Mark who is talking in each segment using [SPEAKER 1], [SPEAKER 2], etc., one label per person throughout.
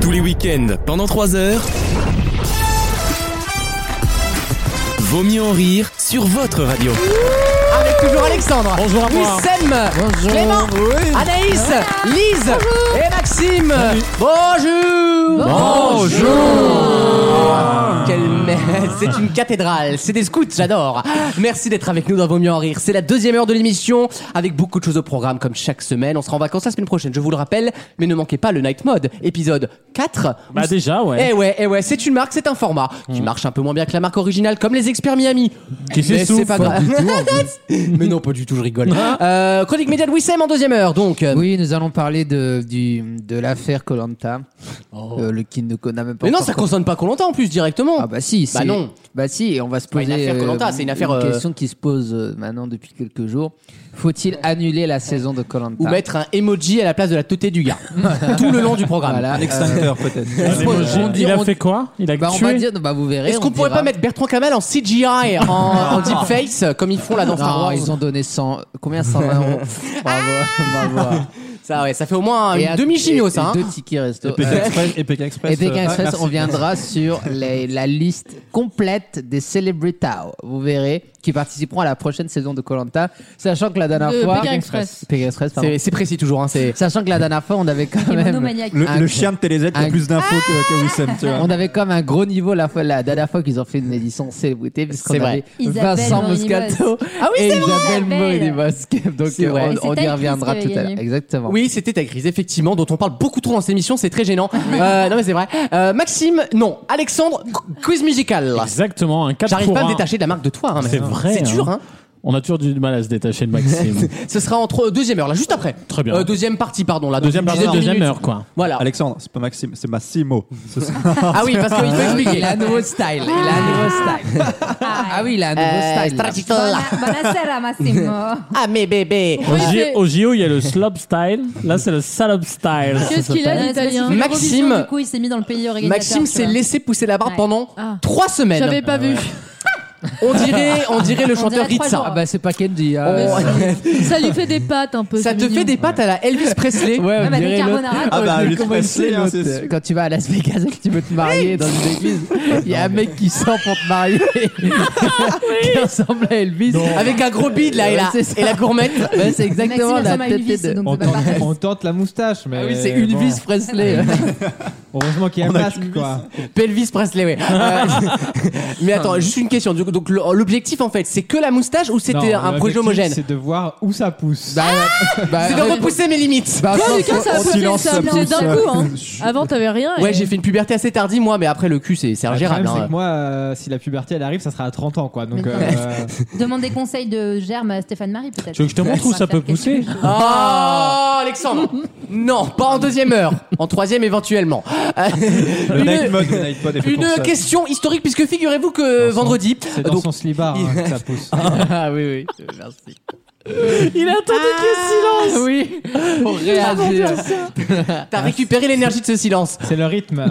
[SPEAKER 1] Tous les week-ends, pendant 3 heures. Vaut mieux en rire sur votre radio.
[SPEAKER 2] Avec toujours Alexandre,
[SPEAKER 3] Bonjour à moi.
[SPEAKER 2] Wissem, Clément, Anaïs, Lise et Maxime. Bonjour. Oh, quelle mer- C'est une cathédrale, c'est des scouts, j'adore. Merci d'être avec nous dans Vaut mieux en rire. C'est la deuxième heure de l'émission avec beaucoup de choses au programme comme chaque semaine. On sera en vacances la semaine prochaine, je vous le rappelle, mais ne manquez pas le Night Mode, épisode 4.
[SPEAKER 3] Bah déjà, ouais.
[SPEAKER 2] Eh ouais, eh ouais, c'est une marque, c'est un format qui marche un peu moins bien que la marque originale, comme les experts Miami.
[SPEAKER 3] Qui
[SPEAKER 2] Mais
[SPEAKER 3] s'essouffle.
[SPEAKER 2] c'est pas grave. Mais non, pas du tout, je rigole. Euh, chronique média de Wissem en deuxième heure, donc. euh,
[SPEAKER 4] Oui, nous allons parler de, du, de l'affaire Colanta, Euh, le qui ne connaît même pas.
[SPEAKER 2] Oh. Mais non,
[SPEAKER 4] encore
[SPEAKER 2] ça
[SPEAKER 4] quoi.
[SPEAKER 2] concerne pas longtemps en plus directement.
[SPEAKER 4] Ah bah si, c'est-
[SPEAKER 2] non.
[SPEAKER 4] Bah si, et on va se
[SPEAKER 2] pas
[SPEAKER 4] poser
[SPEAKER 2] une affaire Koh Lanta, c'est une affaire, euh,
[SPEAKER 4] question qui se pose euh, maintenant depuis quelques jours. Faut-il annuler la saison de Colanta
[SPEAKER 2] Ou mettre un emoji à la place de la teuté du gars. tout le long du programme.
[SPEAKER 4] Voilà,
[SPEAKER 5] Extincteur peut-être.
[SPEAKER 4] euh, on- on dit-
[SPEAKER 3] Il a
[SPEAKER 4] on-
[SPEAKER 3] fait quoi Il a
[SPEAKER 4] Bah on va
[SPEAKER 3] tué
[SPEAKER 4] dire, bah vous verrez.
[SPEAKER 2] Est-ce
[SPEAKER 4] on
[SPEAKER 2] qu'on pourrait
[SPEAKER 4] dira.
[SPEAKER 2] pas mettre Bertrand Kamel en CGI, en, en deepface, comme ils font là dans Star
[SPEAKER 4] Non,
[SPEAKER 2] Wars
[SPEAKER 4] ils ont donné 100 combien 120 euros. Bravo, bravo.
[SPEAKER 2] Ça, ouais, ça fait au moins
[SPEAKER 4] Et
[SPEAKER 2] une
[SPEAKER 4] un-
[SPEAKER 2] demi-chimio,
[SPEAKER 4] et-
[SPEAKER 2] ça.
[SPEAKER 4] et
[SPEAKER 2] hein.
[SPEAKER 4] Deux tickets resto.
[SPEAKER 5] Et Pékin Express. Et Pékin
[SPEAKER 4] Et
[SPEAKER 5] Express.
[SPEAKER 4] Pékin
[SPEAKER 5] euh,
[SPEAKER 4] Express,
[SPEAKER 5] ah,
[SPEAKER 4] on
[SPEAKER 5] merci.
[SPEAKER 4] viendra sur les- la liste complète des celebritas. Vous verrez qui participeront à la prochaine saison de Colanta, sachant que la dernière
[SPEAKER 6] De
[SPEAKER 4] fois
[SPEAKER 6] Pékin Express.
[SPEAKER 4] Pékin Express, pardon.
[SPEAKER 2] C'est c'est précis toujours, hein, c'est.
[SPEAKER 4] Sachant que la dernière fois, on avait quand
[SPEAKER 6] Les
[SPEAKER 4] même
[SPEAKER 6] monomaniaques.
[SPEAKER 5] Le,
[SPEAKER 4] Un-
[SPEAKER 5] le chien de TéléZ qui
[SPEAKER 4] un-
[SPEAKER 5] a plus d'infos que, que Wissem, tu vois.
[SPEAKER 4] on avait comme un gros niveau la, fois, la dernière fois qu'ils ont fait une édition célébrité puisqu'on
[SPEAKER 2] C'est vrai.
[SPEAKER 4] avait
[SPEAKER 6] Isabelle
[SPEAKER 4] Vincent
[SPEAKER 6] Morinimos.
[SPEAKER 4] Moscato
[SPEAKER 2] Ah oui,
[SPEAKER 4] et
[SPEAKER 2] c'est vrai
[SPEAKER 4] Isabelle
[SPEAKER 6] Isabelle.
[SPEAKER 4] Morinimos. Donc
[SPEAKER 2] C'est
[SPEAKER 4] euh,
[SPEAKER 2] vrai.
[SPEAKER 4] on-
[SPEAKER 6] Et
[SPEAKER 4] on,
[SPEAKER 6] c'était
[SPEAKER 4] y
[SPEAKER 6] elle qui
[SPEAKER 4] reviendra
[SPEAKER 6] avait
[SPEAKER 4] tout à l'heure.
[SPEAKER 6] gagné.
[SPEAKER 4] Exactement.
[SPEAKER 2] Oui, c'était ta crise, effectivement, dont on parle beaucoup trop dans cette émission, c'est très gênant. Euh, non, mais c'est vrai. Euh, Maxime, non. Alexandre, qu- quiz musical.
[SPEAKER 3] Exactement, un 4
[SPEAKER 2] J'arrive
[SPEAKER 3] pour
[SPEAKER 2] pas à me
[SPEAKER 3] un.
[SPEAKER 2] détacher de la marque de toi. hein,
[SPEAKER 3] C'est
[SPEAKER 2] mais-
[SPEAKER 3] vrai,
[SPEAKER 2] C'est dur, hein.
[SPEAKER 3] hein. On a toujours du mal à se détacher de Maxime.
[SPEAKER 2] Ce sera en tro- deuxième heure, là, juste après.
[SPEAKER 3] Très bien.
[SPEAKER 2] Euh, deuxième partie, pardon, là. dans
[SPEAKER 3] deuxième
[SPEAKER 2] une
[SPEAKER 3] partie,
[SPEAKER 2] dizaine de
[SPEAKER 3] deuxième
[SPEAKER 2] minutes.
[SPEAKER 3] heure, quoi.
[SPEAKER 2] Voilà.
[SPEAKER 5] Alexandre, c'est pas Maxime, c'est Massimo. Ce soir.
[SPEAKER 2] Ah oui, parce qu'il faut expliquer.
[SPEAKER 4] Il a un nouveau style. Il a un nouveau style. Ah oui, il a un nouveau
[SPEAKER 2] Euh,
[SPEAKER 4] style. là.
[SPEAKER 2] Stracitola.
[SPEAKER 6] Buonasera Massimo.
[SPEAKER 2] Ah, mes bébés.
[SPEAKER 3] Au,
[SPEAKER 6] Oui,
[SPEAKER 3] J-
[SPEAKER 6] c'est-
[SPEAKER 3] au JO, il y a le slop style. Là, c'est le salop style.
[SPEAKER 6] Qu'est-ce
[SPEAKER 3] Ça
[SPEAKER 6] qu'il a
[SPEAKER 3] s'appelle.
[SPEAKER 6] d'italien
[SPEAKER 2] Maxime-
[SPEAKER 6] L'Eurovision, Du coup, il s'est mis dans le pays organisateur.
[SPEAKER 2] Maxime
[SPEAKER 6] tu
[SPEAKER 2] s'est
[SPEAKER 6] vois.
[SPEAKER 2] laissé pousser la barbe
[SPEAKER 6] Ouais.
[SPEAKER 2] pendant
[SPEAKER 6] Ah.
[SPEAKER 2] trois semaines.
[SPEAKER 6] J'avais pas vu.
[SPEAKER 2] On dirait, on dirait le chanteur
[SPEAKER 6] dirait trois
[SPEAKER 2] Ritza.
[SPEAKER 6] jours.
[SPEAKER 4] Ah bah c'est pas Candy. hein.
[SPEAKER 2] On-
[SPEAKER 6] Ça lui fait des pattes un peu.
[SPEAKER 2] Ça
[SPEAKER 6] c'est
[SPEAKER 2] te fait
[SPEAKER 6] mignon.
[SPEAKER 2] des pattes à la Elvis Presley.
[SPEAKER 4] Ouais, on
[SPEAKER 6] Ah bah des
[SPEAKER 4] dirait l'autre.
[SPEAKER 6] carbonara.
[SPEAKER 5] Ah
[SPEAKER 4] On
[SPEAKER 5] bah,
[SPEAKER 4] dirait
[SPEAKER 5] lui,
[SPEAKER 4] comment
[SPEAKER 5] c'est
[SPEAKER 4] il fait,
[SPEAKER 5] facile, hein,
[SPEAKER 4] l'autre.
[SPEAKER 5] c'est sûr.
[SPEAKER 4] Quand tu vas à Las Vegas et que tu veux te marier dans une église, il y a un mec qui sort pour te marier qui ressemble à Elvis.
[SPEAKER 2] Avec un gros bide là et la,
[SPEAKER 4] Ouais, c'est ça.
[SPEAKER 2] et la gourmette.
[SPEAKER 7] Ah
[SPEAKER 4] Ouais, c'est exactement
[SPEAKER 6] Maxime
[SPEAKER 4] la
[SPEAKER 6] ressemble à Elvis,
[SPEAKER 4] tête de.
[SPEAKER 6] donc
[SPEAKER 7] On
[SPEAKER 6] c'est pas
[SPEAKER 7] tente,
[SPEAKER 6] pareil.
[SPEAKER 7] on tente la moustache, mais.
[SPEAKER 4] Ah oui, c'est Elvis Presley.
[SPEAKER 7] Heureusement qu'il y a un
[SPEAKER 5] On a
[SPEAKER 7] masque, quoi.
[SPEAKER 2] Pelvis Presley, ouais. Euh, mais attends, juste une question. Du coup, Donc, le- l'objectif en fait, c'est que la moustache ou c'était
[SPEAKER 7] Non,
[SPEAKER 2] un
[SPEAKER 7] l'objectif,
[SPEAKER 2] projet homogène
[SPEAKER 7] C'est Ah, de voir où ça pousse.
[SPEAKER 4] Bah, bah,
[SPEAKER 2] C'est de
[SPEAKER 4] bah,
[SPEAKER 2] repousser mes limites.
[SPEAKER 4] bah,
[SPEAKER 6] Toi,
[SPEAKER 4] sans-
[SPEAKER 6] Lucas, ça a
[SPEAKER 5] en
[SPEAKER 6] fait
[SPEAKER 5] silence,
[SPEAKER 6] ça
[SPEAKER 5] ça
[SPEAKER 6] a fait
[SPEAKER 5] pousse.
[SPEAKER 6] d'un coup. Hein. Avant, t'avais rien. et-
[SPEAKER 2] Ouais, j'ai fait une puberté assez tardive moi, mais après le cul c'est c'est
[SPEAKER 7] Bah, Le
[SPEAKER 2] ingérable.
[SPEAKER 7] problème, c'est
[SPEAKER 2] hein.
[SPEAKER 7] que moi, euh, si la puberté elle arrive, ça sera à 30 ans, quoi. Donc,
[SPEAKER 6] Mais non.
[SPEAKER 7] euh,
[SPEAKER 6] Demande des conseils de germe à Stéphane Marie, peut-être.
[SPEAKER 3] Tu veux que je te montre où
[SPEAKER 6] On va
[SPEAKER 3] ça
[SPEAKER 6] faire
[SPEAKER 3] peut pousser
[SPEAKER 6] quelque chose.
[SPEAKER 2] Ah. Oh, Alexandre Non, pas en deuxième heure, en troisième éventuellement. Euh,
[SPEAKER 5] Le
[SPEAKER 2] une-
[SPEAKER 5] night mode, le night mode est fait
[SPEAKER 2] Une
[SPEAKER 5] pour ça.
[SPEAKER 2] question historique, puisque figurez-vous que
[SPEAKER 7] Dans son-
[SPEAKER 2] vendredi.
[SPEAKER 7] c'est dans
[SPEAKER 2] donc-
[SPEAKER 7] son slibard hein, que ça pousse.
[SPEAKER 4] Ah oui, oui, merci.
[SPEAKER 2] Il a attendu
[SPEAKER 4] Oui, pour réagir.
[SPEAKER 2] T'as récupéré l'énergie de ce silence.
[SPEAKER 7] C'est le rythme.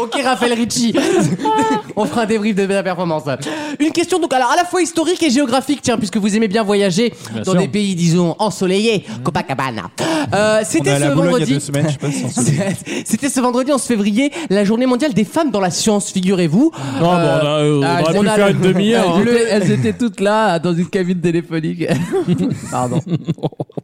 [SPEAKER 2] Ok, Raphaël Ricci. On fera un débrief de la performance. Une question donc alors à la fois historique et géographique, tiens, puisque vous aimez bien voyager
[SPEAKER 3] Bien
[SPEAKER 2] dans
[SPEAKER 3] sûr.
[SPEAKER 2] des pays, disons, ensoleillés, Copacabana. Euh,
[SPEAKER 5] Mm. On est
[SPEAKER 2] C'était
[SPEAKER 5] à
[SPEAKER 2] ce
[SPEAKER 5] la Boulogne il y a
[SPEAKER 2] vendredi. Ah.
[SPEAKER 5] deux semaines, je sais pas si on se
[SPEAKER 2] C'était ce vendredi 11 février, la journée mondiale des femmes dans la science, figurez-vous.
[SPEAKER 3] Non, bon, on, a, euh, on
[SPEAKER 4] ah,
[SPEAKER 3] aurait
[SPEAKER 2] on
[SPEAKER 3] pu
[SPEAKER 2] a
[SPEAKER 3] faire
[SPEAKER 2] le-
[SPEAKER 3] une demi-heure. hein.
[SPEAKER 4] Elles étaient- Elles étaient toutes là dans une cabine téléphonique. Pardon.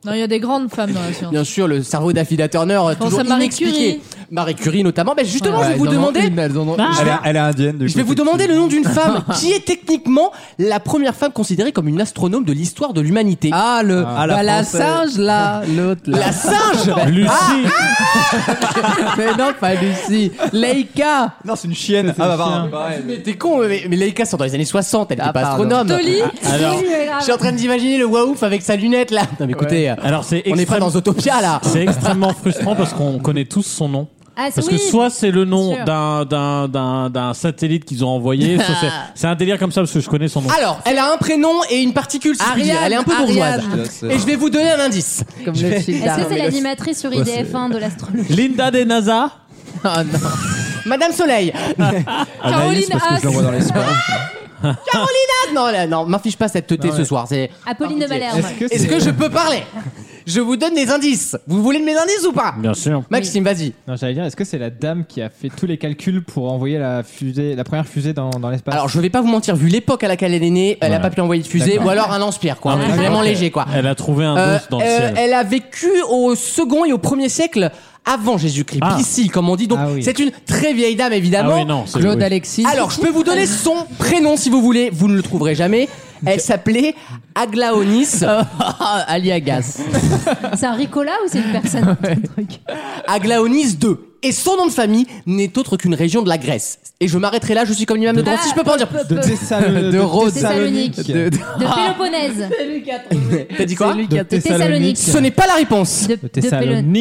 [SPEAKER 6] Non, il y a des grandes femmes dans la science.
[SPEAKER 2] Bien sûr, le cerveau d'Affida Turner, toujours
[SPEAKER 6] à Marie
[SPEAKER 2] inexpliqué. Marie Curie notamment. Mais justement,
[SPEAKER 4] Ouais,
[SPEAKER 2] je vais vous
[SPEAKER 4] elles en ont
[SPEAKER 2] demander
[SPEAKER 4] une, elles en ont une.
[SPEAKER 5] Elle est, elle est indienne. Du
[SPEAKER 2] Je
[SPEAKER 5] coup,
[SPEAKER 2] vais vous demander le nom d'une femme qui est techniquement la première femme considérée comme une astronome de l'histoire de l'humanité.
[SPEAKER 4] Ah, le,
[SPEAKER 5] Ah, la
[SPEAKER 4] bah, la
[SPEAKER 5] française.
[SPEAKER 4] singe là, l'autre là.
[SPEAKER 2] La singe
[SPEAKER 3] Lucie,
[SPEAKER 4] Mais non, pas Lucie. Leica.
[SPEAKER 5] Non, c'est une chienne. Ah bah, bah, bah, ouais.
[SPEAKER 2] Mais t'es con, mais, mais Leica sont dans les années 60, elle n'était
[SPEAKER 4] Ah,
[SPEAKER 2] pas
[SPEAKER 4] pardon.
[SPEAKER 2] astronome.
[SPEAKER 6] Toli,
[SPEAKER 3] alors-
[SPEAKER 6] Toli, elle est
[SPEAKER 2] Je suis en
[SPEAKER 6] grave.
[SPEAKER 2] train d'imaginer le waouf avec sa lunette là. Non mais écoutez, euh,
[SPEAKER 3] alors c'est
[SPEAKER 2] on n'est pas
[SPEAKER 3] extrême-
[SPEAKER 2] dans Zootopia là.
[SPEAKER 3] C'est extrêmement frustrant parce qu'on connaît tous son nom.
[SPEAKER 6] Ah, c'est-
[SPEAKER 3] Parce que
[SPEAKER 6] oui.
[SPEAKER 3] soit c'est le nom
[SPEAKER 6] bien sûr.
[SPEAKER 3] d'un- d'un d'un- d'un satellite qu'ils ont envoyé, soit c'est- c'est un délire comme ça parce que je connais son nom.
[SPEAKER 2] Alors, elle a un prénom et une particule, si je puis dire.
[SPEAKER 4] Ariane,
[SPEAKER 2] elle est un peu bourgeoise.
[SPEAKER 5] bah,
[SPEAKER 4] Ariane.
[SPEAKER 2] Et je vais vous donner un indice.
[SPEAKER 4] Comme le film
[SPEAKER 6] Est-ce que c'est
[SPEAKER 4] d'Arnaud.
[SPEAKER 6] l'animatrice sur IDF1 de l'astrologie
[SPEAKER 3] Linda de NASA
[SPEAKER 4] Ah, non.
[SPEAKER 2] Madame Soleil.
[SPEAKER 6] Caroline
[SPEAKER 5] parce que je l'envoie dans l'espace.
[SPEAKER 2] Caroline Haas. Non, là, non, m'affiche pas cette teuté ce soir. C'est.
[SPEAKER 6] Apolline de Malherbe.
[SPEAKER 7] Est-ce que
[SPEAKER 2] Est-ce
[SPEAKER 7] c'est
[SPEAKER 2] que je peux parler Je vous donne des indices. Vous voulez de mes indices ou pas
[SPEAKER 3] Bien sûr.
[SPEAKER 2] Maxime, vas-y.
[SPEAKER 7] Non, j'allais dire, est-ce que c'est la dame qui a fait tous les calculs pour envoyer la fusée, la première fusée dans, dans l'espace
[SPEAKER 2] Alors, je vais pas vous mentir, vu l'époque à laquelle elle est née, elle a
[SPEAKER 3] Voilà.
[SPEAKER 2] pas pu envoyer de fusée,
[SPEAKER 7] D'accord.
[SPEAKER 2] ou alors un lance-pierre, quoi.
[SPEAKER 3] Ah, mais
[SPEAKER 2] vraiment
[SPEAKER 3] d'accord, ok.
[SPEAKER 2] léger, quoi.
[SPEAKER 3] Elle a trouvé un
[SPEAKER 2] Euh,
[SPEAKER 3] dos dans le
[SPEAKER 2] euh,
[SPEAKER 3] ciel.
[SPEAKER 2] elle a vécu au second et au premier siècle avant Jésus-Christ,
[SPEAKER 3] Ah.
[SPEAKER 2] ici, comme on dit. Donc,
[SPEAKER 7] Ah oui.
[SPEAKER 2] c'est une très vieille dame, évidemment.
[SPEAKER 3] Ah oui, non, c'est
[SPEAKER 4] Claude
[SPEAKER 3] oui.
[SPEAKER 4] Alexis.
[SPEAKER 2] Alors, je peux vous donner son prénom si vous voulez, vous ne le trouverez jamais. Elle s'appelait Aglaonis.
[SPEAKER 4] Aliagas.
[SPEAKER 6] C'est un Ricola ou c'est une personne un truc
[SPEAKER 2] Aglaonis II. Et son nom de famille n'est autre qu'une région de la Grèce. Et je m'arrêterai là, je suis comme l'imam de Grèce, si je peux pas en dire plus.
[SPEAKER 7] De Thessalonique.
[SPEAKER 4] De Rhodes.
[SPEAKER 6] Thessalonique.
[SPEAKER 7] De,
[SPEAKER 6] De Péloponnèse.
[SPEAKER 2] T'as dit quoi
[SPEAKER 4] C'est lui qui
[SPEAKER 7] de
[SPEAKER 4] a
[SPEAKER 6] De Thessalonique.
[SPEAKER 7] Thessalonique.
[SPEAKER 2] Ce n'est pas la réponse.
[SPEAKER 6] De,
[SPEAKER 7] De
[SPEAKER 6] de Péloponnèse.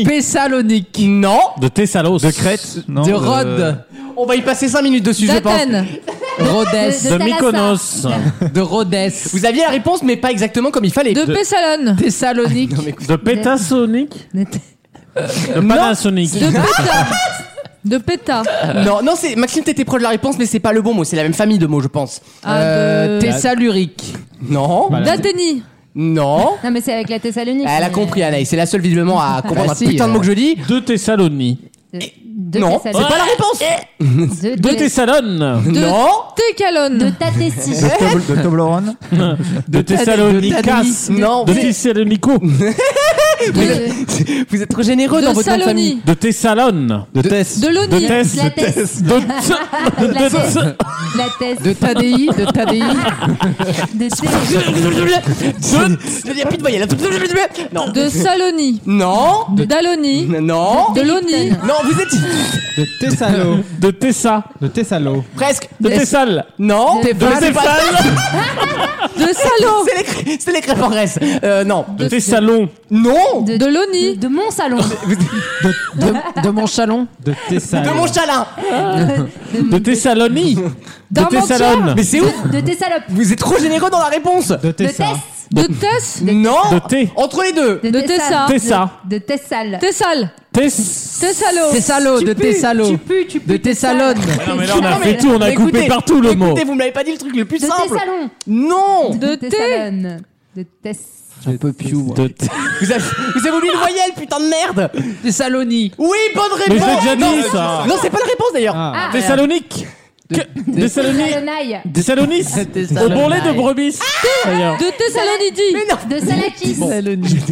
[SPEAKER 7] Thessalonique.
[SPEAKER 4] Thessalonique.
[SPEAKER 2] Non.
[SPEAKER 3] De Tessalos.
[SPEAKER 5] De Crète non,
[SPEAKER 4] de Rhodes.
[SPEAKER 2] On va y passer 5 minutes dessus, je pense.
[SPEAKER 6] D'athènes.
[SPEAKER 4] Rhodes.
[SPEAKER 3] De
[SPEAKER 6] Thalassa.
[SPEAKER 3] Mykonos.
[SPEAKER 4] De Rhodes.
[SPEAKER 2] Vous aviez la réponse, mais pas exactement comme il fallait.
[SPEAKER 6] De Pessalone.
[SPEAKER 4] Thessalonique.
[SPEAKER 3] De Pétasonic.
[SPEAKER 6] De
[SPEAKER 3] De Panasonic.
[SPEAKER 6] Péta. De Péta.
[SPEAKER 2] Non, non, c'est Maxime, t'étais proche de la réponse, mais c'est pas le bon mot. C'est la même famille de mots, je pense.
[SPEAKER 6] Ah,
[SPEAKER 4] Euh,
[SPEAKER 6] de-
[SPEAKER 4] Thessalurique.
[SPEAKER 2] Non,
[SPEAKER 7] Voilà.
[SPEAKER 6] D'Athénie.
[SPEAKER 2] non.
[SPEAKER 6] Non, mais c'est avec la Thessalonique.
[SPEAKER 2] Elle a
[SPEAKER 6] mais-
[SPEAKER 2] compris, Anaïs. C'est la seule visiblement à comprendre
[SPEAKER 4] Bah,
[SPEAKER 2] un
[SPEAKER 4] si,
[SPEAKER 2] putain de
[SPEAKER 4] euh.
[SPEAKER 2] mot que je dis.
[SPEAKER 3] De Thessalonique.
[SPEAKER 6] De, de
[SPEAKER 2] non, c'est
[SPEAKER 6] Thessalonique.
[SPEAKER 2] pas la réponse.
[SPEAKER 6] De,
[SPEAKER 3] De
[SPEAKER 6] de,
[SPEAKER 3] Thessalone.
[SPEAKER 6] de-
[SPEAKER 2] Non,
[SPEAKER 6] Técalone. De Tatessi.
[SPEAKER 5] De, Tobl- de Toblerone
[SPEAKER 3] De Thessalonicasse.
[SPEAKER 2] non.
[SPEAKER 3] De
[SPEAKER 2] vous, êtes,
[SPEAKER 3] Thessalonico.
[SPEAKER 6] De,
[SPEAKER 2] vous êtes trop généreux dans
[SPEAKER 6] de
[SPEAKER 2] votre nom de famille.
[SPEAKER 6] Salonie.
[SPEAKER 3] De Thessalone.
[SPEAKER 5] De Tess
[SPEAKER 6] De
[SPEAKER 3] De
[SPEAKER 6] Loni.
[SPEAKER 3] Thess.
[SPEAKER 6] La Thess.
[SPEAKER 3] De Ts-
[SPEAKER 6] La Thess.
[SPEAKER 3] de Ts-
[SPEAKER 6] La Thess.
[SPEAKER 4] De Tadei. De Tadei.
[SPEAKER 6] De Thess.
[SPEAKER 2] Il y a plus de voyelles. Non,
[SPEAKER 6] De Salonie.
[SPEAKER 2] non,
[SPEAKER 6] De Dalonie.
[SPEAKER 2] non.
[SPEAKER 6] De Loni.
[SPEAKER 2] Non, vous êtes
[SPEAKER 7] de Thessalo.
[SPEAKER 3] de Tessa.
[SPEAKER 7] De Thessalo.
[SPEAKER 2] presque.
[SPEAKER 3] De Thessal.
[SPEAKER 2] Non,
[SPEAKER 4] De-
[SPEAKER 2] non, c'est pas-
[SPEAKER 6] De Salon.
[SPEAKER 2] C'est les crê- C'est les crêpes en Grèce. Euh, non,
[SPEAKER 3] De Thessalon.
[SPEAKER 2] non.
[SPEAKER 6] De Loni. De mon salon.
[SPEAKER 4] De, de mon chalon.
[SPEAKER 7] De Thessalo.
[SPEAKER 2] De mon chalin.
[SPEAKER 3] De Thessalonique. De
[SPEAKER 6] D'un
[SPEAKER 3] Thessalone.
[SPEAKER 2] Mais c'est où
[SPEAKER 6] De Thessalope.
[SPEAKER 2] Vous êtes trop généreux dans la réponse.
[SPEAKER 7] De
[SPEAKER 6] De
[SPEAKER 7] Tessa.
[SPEAKER 6] Tess. De Tess.
[SPEAKER 2] Non.
[SPEAKER 3] De T.
[SPEAKER 2] Entre les deux.
[SPEAKER 6] De
[SPEAKER 8] De
[SPEAKER 6] Tessa.
[SPEAKER 3] Tessa.
[SPEAKER 6] De Tessal.
[SPEAKER 8] Tessal,
[SPEAKER 3] Tess.
[SPEAKER 8] Tessalo,
[SPEAKER 4] Thessalo. De Thessalo.
[SPEAKER 6] Tu pues, tu pues.
[SPEAKER 4] De Thessalone.
[SPEAKER 3] Non mais là on
[SPEAKER 2] Non,
[SPEAKER 3] a
[SPEAKER 2] mais-
[SPEAKER 3] fait tout, on a
[SPEAKER 2] mais
[SPEAKER 3] coupé
[SPEAKER 2] écoutez,
[SPEAKER 3] partout le mot.
[SPEAKER 2] Écoutez, vous me l'avez pas dit le truc le plus
[SPEAKER 6] De
[SPEAKER 2] simple.
[SPEAKER 6] Thessalon.
[SPEAKER 2] Non.
[SPEAKER 8] De Thé.
[SPEAKER 6] Thessalone. De Tess.
[SPEAKER 4] J'en peux plus, moi.
[SPEAKER 3] De T-
[SPEAKER 2] Vous avez, vous avez oublié une voyelle, putain de merde.
[SPEAKER 4] Thessalonique.
[SPEAKER 2] Oui, bonne
[SPEAKER 3] Mais
[SPEAKER 2] réponse.
[SPEAKER 3] je l'ai déjà dit
[SPEAKER 2] non,
[SPEAKER 3] ça.
[SPEAKER 2] non, c'est pas la réponse d'ailleurs.
[SPEAKER 7] Ah.
[SPEAKER 3] Thessalonique. Que- Thessalonique.
[SPEAKER 6] Thessalonaï.
[SPEAKER 3] Thessalonis. Au
[SPEAKER 4] Thessalonique.
[SPEAKER 3] bourrelet de brebis.
[SPEAKER 2] Ah,
[SPEAKER 3] D'ailleurs.
[SPEAKER 8] de Thessaloniki,
[SPEAKER 2] Mais non.
[SPEAKER 6] De Salakis.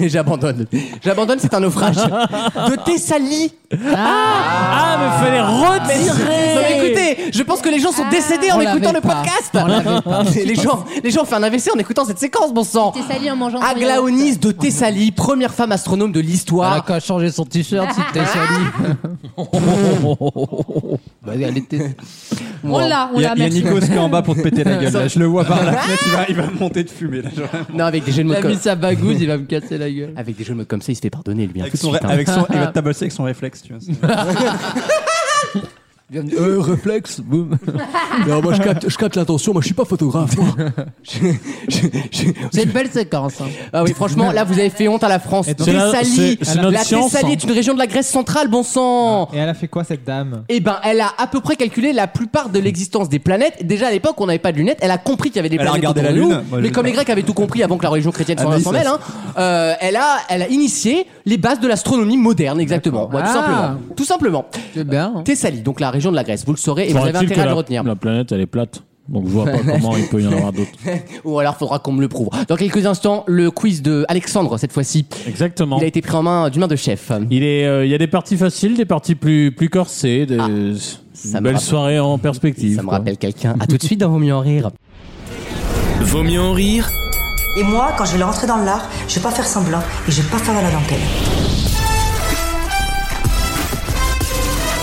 [SPEAKER 2] Je- J'abandonne. J'abandonne, c'est un naufrage. De Thessalie.
[SPEAKER 3] Ah mais fallait retirer.
[SPEAKER 2] Non, mais écoutez, je pense que les gens sont décédés en
[SPEAKER 4] Ah, On
[SPEAKER 2] écoutant
[SPEAKER 4] l'avait
[SPEAKER 2] le
[SPEAKER 4] pas.
[SPEAKER 2] podcast.
[SPEAKER 4] On l'avait pas.
[SPEAKER 2] les gens, les gens ont fait un AVC en écoutant cette séquence, bon sang.
[SPEAKER 6] Thessalie en mangeant. son
[SPEAKER 2] Aglaonis de Thessalie, première femme astronome de
[SPEAKER 4] Voilà
[SPEAKER 2] l'histoire.
[SPEAKER 4] quand a changé son t-shirt, c'est Thessalie. bah, elle était...
[SPEAKER 8] on l'a, on
[SPEAKER 5] Il
[SPEAKER 8] l'a,
[SPEAKER 5] y a, il y a
[SPEAKER 8] oh merci.
[SPEAKER 5] Nikos qui est en bas pour te péter la gueule. Là, je le vois par la fenêtre, il va, il va monter de fumée. Là, genre.
[SPEAKER 2] Non, avec des jeux de
[SPEAKER 4] Il
[SPEAKER 2] mots
[SPEAKER 4] a mis
[SPEAKER 2] comme
[SPEAKER 4] sa bagouze, il va me casser la gueule.
[SPEAKER 2] avec des jeux de mots comme ça, il se fait pardonner lui. hein,
[SPEAKER 5] avec
[SPEAKER 2] tout de
[SPEAKER 5] son, ré-
[SPEAKER 2] suite, hein.
[SPEAKER 5] avec son, il va te tabasser avec son réflexe. Tu vois, c'est-
[SPEAKER 2] Euh, réflexe, boum. non, moi je capte, je capte l'attention, moi je suis pas photographe. moi. Je- je- je-
[SPEAKER 4] C'est une belle séquence. Hein.
[SPEAKER 2] Ah oui, franchement, là vous avez fait honte à la France.
[SPEAKER 7] Et donc-
[SPEAKER 2] Thessalie,
[SPEAKER 3] C'est la- c'est- c'est notre
[SPEAKER 2] la
[SPEAKER 3] science,
[SPEAKER 2] Thessalie
[SPEAKER 3] hein.
[SPEAKER 2] est
[SPEAKER 3] Ah,
[SPEAKER 2] une région de la Grèce centrale, bon sang.
[SPEAKER 7] Et elle a fait quoi cette dame
[SPEAKER 2] Eh ben, elle a à peu près calculé la plupart de l'existence des planètes. Déjà à l'époque, on n'avait pas de lunettes. Elle a compris qu'il y avait des
[SPEAKER 5] Elle a
[SPEAKER 2] planètes.
[SPEAKER 5] regardé
[SPEAKER 2] autour
[SPEAKER 5] la
[SPEAKER 2] de nous.
[SPEAKER 5] Lune. Moi,
[SPEAKER 2] mais
[SPEAKER 5] je-
[SPEAKER 2] comme les Grecs avaient tout compris avant que la religion chrétienne s'en
[SPEAKER 5] Ah, mais
[SPEAKER 2] s'en
[SPEAKER 5] ça,
[SPEAKER 2] mêle, hein, euh, elle a, elle a initié les bases de l'astronomie moderne, exactement. Voilà, tout
[SPEAKER 4] Ah.
[SPEAKER 2] simplement. Tout simplement.
[SPEAKER 4] C'est bien. hein.
[SPEAKER 2] Thessalie, donc la région de la Grèce. Vous le saurez et vous
[SPEAKER 3] Faudrait-il
[SPEAKER 2] avez intérêt
[SPEAKER 3] que
[SPEAKER 2] à le
[SPEAKER 3] la-
[SPEAKER 2] retenir.
[SPEAKER 3] La planète elle est plate. Donc je vois pas comment il peut y en avoir d'autres.
[SPEAKER 2] Ou alors faudra qu'on me le prouve. Dans quelques instants, le quiz de Alexandre cette fois-ci.
[SPEAKER 3] Exactement.
[SPEAKER 2] Il a été pris en main d'une main de chef.
[SPEAKER 3] Il est, euh, il y a des parties faciles, des parties plus, plus corsées, des,
[SPEAKER 2] Ah, ça me
[SPEAKER 3] une belle
[SPEAKER 2] rappelle.
[SPEAKER 3] soirée en perspective.
[SPEAKER 2] Ça me
[SPEAKER 3] quoi.
[SPEAKER 2] rappelle quelqu'un. À tout de suite dans Vaut mieux en rire.
[SPEAKER 1] Vaut mieux en rire
[SPEAKER 9] Et moi, quand je vais rentrer dans l'art, je vais pas faire semblant et je vais pas faire à la dentelle.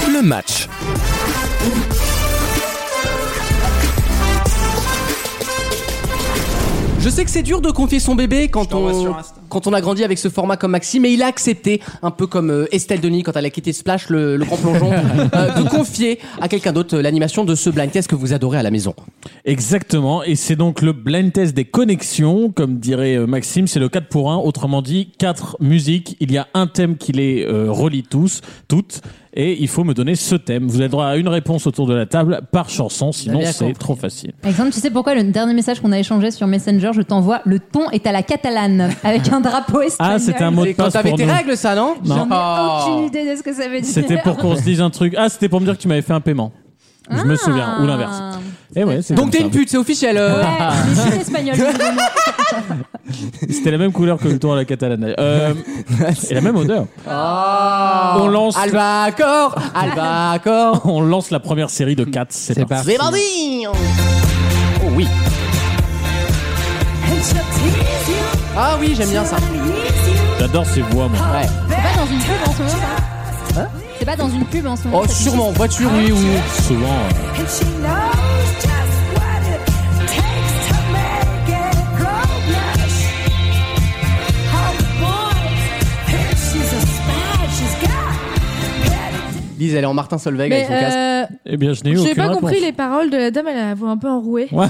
[SPEAKER 1] le match.
[SPEAKER 2] Je sais que c'est dur de confier son bébé quand
[SPEAKER 5] t'envoie
[SPEAKER 2] on,
[SPEAKER 5] sur Insta.
[SPEAKER 2] quand on a grandi avec ce format comme Maxime, mais il a accepté, un peu comme euh, Estelle Denis quand elle a quitté Splash, le, le grand plongeon, euh, de confier à quelqu'un d'autre euh, l'animation de ce blind test que vous adorez à la maison.
[SPEAKER 3] Exactement, et c'est donc le blind test des connexions, comme dirait euh, Maxime, c'est le 4 pour 1, autrement dit, 4 musiques, il y a un thème qui les euh, relie tous, toutes, et il faut me donner ce thème. Vous avez droit à une réponse autour de la table par chanson, sinon
[SPEAKER 4] bien
[SPEAKER 3] c'est
[SPEAKER 4] compris.
[SPEAKER 3] trop facile.
[SPEAKER 8] Alexandre, tu sais pourquoi le dernier message qu'on a échangé sur Messenger, je t'envoie le ton est à la catalane avec un drapeau espagnol.
[SPEAKER 3] Ah, c'était un mot de
[SPEAKER 2] C'est quand
[SPEAKER 3] passe
[SPEAKER 2] t'avais
[SPEAKER 3] pour
[SPEAKER 2] tes
[SPEAKER 3] nous.
[SPEAKER 2] règles, ça, non
[SPEAKER 3] Non.
[SPEAKER 8] J'en ai
[SPEAKER 2] Oh.
[SPEAKER 8] aucune idée de ce que ça veut dire.
[SPEAKER 3] C'était pour qu'on se dise un truc. Ah, c'était pour me dire que tu m'avais fait un paiement. Je me souviens, ou l'inverse.
[SPEAKER 8] Ah.
[SPEAKER 3] Eh ouais, c'est
[SPEAKER 2] Donc
[SPEAKER 3] comme
[SPEAKER 2] t'es
[SPEAKER 3] ça.
[SPEAKER 2] une pute, c'est officiel. euh.
[SPEAKER 8] Ouais,
[SPEAKER 10] Eh,
[SPEAKER 8] je suis espagnol.
[SPEAKER 3] C'était la même couleur que le tour à la catalane. Euh, et la même odeur.
[SPEAKER 2] Ah.
[SPEAKER 3] On lance.
[SPEAKER 2] Albacore, Albacore.
[SPEAKER 3] On lance la première série de 4, c'est
[SPEAKER 7] C'est
[SPEAKER 3] parti.
[SPEAKER 7] parti.
[SPEAKER 2] Oh oui. Ah oui, j'aime bien ça.
[SPEAKER 3] J'adore ces voix, moi.
[SPEAKER 2] Ouais.
[SPEAKER 8] C'est pas dans une pub en ce moment, ça C'est pas dans une pub en ce moment.
[SPEAKER 2] Oh,
[SPEAKER 8] cette
[SPEAKER 2] sûrement, en
[SPEAKER 8] musique
[SPEAKER 2] voiture, oui, ou.
[SPEAKER 3] Souvent, euh,
[SPEAKER 2] Lise, elle est en Martin Solveig
[SPEAKER 10] Mais
[SPEAKER 2] avec son casque.
[SPEAKER 10] euh,
[SPEAKER 3] eh bien, je n'ai eu aucune
[SPEAKER 10] j'ai pas
[SPEAKER 3] réponse.
[SPEAKER 10] compris les paroles de la dame, elle a la voix un peu enrouée.
[SPEAKER 3] Ouais.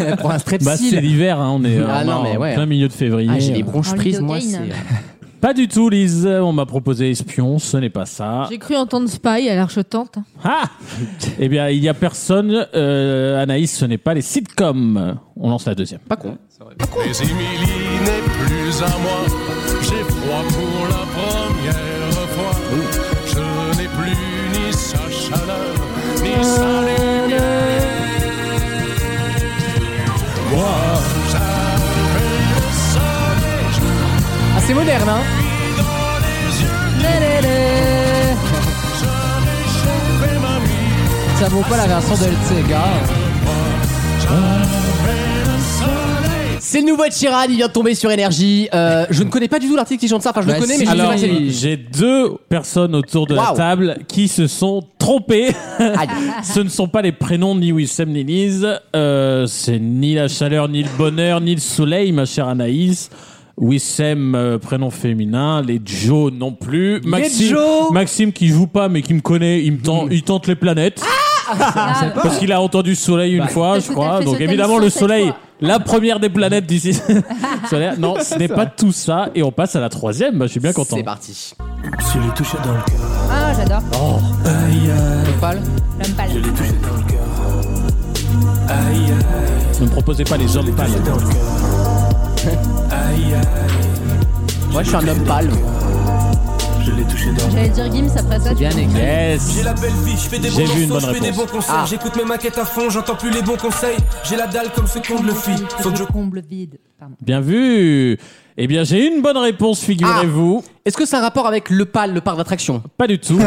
[SPEAKER 2] Elle prend un strepsil.
[SPEAKER 3] Bah, c'est l'hiver, hein, on est euh,
[SPEAKER 2] Ah, non,
[SPEAKER 3] en
[SPEAKER 2] mais ouais.
[SPEAKER 3] plein milieu de février.
[SPEAKER 2] Ah, j'ai
[SPEAKER 3] Euh,
[SPEAKER 2] les bronches
[SPEAKER 8] En
[SPEAKER 2] prises, moi, c'est.
[SPEAKER 8] lidocaïne.
[SPEAKER 3] Pas du tout, Lise. On m'a proposé espion, ce n'est pas ça.
[SPEAKER 10] J'ai cru entendre Spy, alors je tente.
[SPEAKER 3] Ah Eh bien, il n'y a personne. Euh, Anaïs, ce n'est pas les sitcoms. On lance la deuxième.
[SPEAKER 2] Pas con.
[SPEAKER 1] Mais Émilie n'est plus à moi. J'ai froid pour la première fois. Je n'ai plus ni sa chaleur, ni sa lumière.
[SPEAKER 2] Ah, c'est moderne, hein
[SPEAKER 4] Ça vaut pas la version de Sega.
[SPEAKER 2] C'est le nouveau Chiran, il vient de tomber sur Énergie. Euh, je ne connais pas du tout l'artiste qui chante ça, enfin je le
[SPEAKER 4] Bah,
[SPEAKER 2] connais,
[SPEAKER 4] si.
[SPEAKER 2] mais je ne sais
[SPEAKER 3] Alors,
[SPEAKER 2] pas c'est lui.
[SPEAKER 3] j'ai deux personnes autour de la
[SPEAKER 2] Waouh.
[SPEAKER 3] table qui se sont trompées.
[SPEAKER 2] Aïe.
[SPEAKER 3] Ce ne sont pas les prénoms ni Wissem ni Lise. Euh, c'est ni la chaleur, ni le bonheur, ni le soleil, ma chère Anaïs. Wissem, euh, prénom féminin. Les Joe non plus. Maxime,
[SPEAKER 2] Joe Hmm.
[SPEAKER 3] Maxime qui joue pas mais qui me connaît, il, me tente, il tente les planètes.
[SPEAKER 8] Ah,
[SPEAKER 3] Parce qu'il a entendu soleil une
[SPEAKER 2] Bah,
[SPEAKER 3] fois,
[SPEAKER 8] Parce
[SPEAKER 3] je
[SPEAKER 8] que t'as
[SPEAKER 3] crois.
[SPEAKER 8] fait
[SPEAKER 3] Donc
[SPEAKER 8] sauter
[SPEAKER 3] évidemment,
[SPEAKER 8] le
[SPEAKER 3] le
[SPEAKER 8] son cette
[SPEAKER 3] soleil,
[SPEAKER 8] fois.
[SPEAKER 3] la première des planètes d'ici. solaire. Non, ce n'est pas tout ça. Et on passe à la troisième. Bah, Je suis bien content.
[SPEAKER 2] C'est parti.
[SPEAKER 1] Je l'ai touché dans le cœur.
[SPEAKER 8] Ah, j'adore.
[SPEAKER 2] Pâle.
[SPEAKER 8] L'homme pâle.
[SPEAKER 1] l'ai touché dans le cœur. Aïe,
[SPEAKER 3] Ne me proposez pas les hommes pâles.
[SPEAKER 1] dans le cœur. Aïe,
[SPEAKER 2] Moi je suis un homme pâle.
[SPEAKER 1] je l'ai touché dans
[SPEAKER 8] J'allais dire Gims après ça. tu
[SPEAKER 4] Bien écrit.
[SPEAKER 3] Yes.
[SPEAKER 1] J'ai la belle vie, je fais des
[SPEAKER 3] J'ai
[SPEAKER 1] bons
[SPEAKER 3] vu une bonne
[SPEAKER 1] morceaux, je fais des
[SPEAKER 3] réponse.
[SPEAKER 1] bons concerts,
[SPEAKER 2] Ah.
[SPEAKER 1] j'écoute mes maquettes à fond, j'entends plus les bons conseils. J'ai la dalle comme ce con de Luffy. Faut que je
[SPEAKER 8] comble vide. Pardon.
[SPEAKER 3] Bien vu. Eh bien, j'ai une bonne réponse,
[SPEAKER 1] Ah.
[SPEAKER 3] figurez-vous.
[SPEAKER 2] Est-ce que c'est un rapport avec le pâle, le parc d'attraction
[SPEAKER 3] Pas du tout.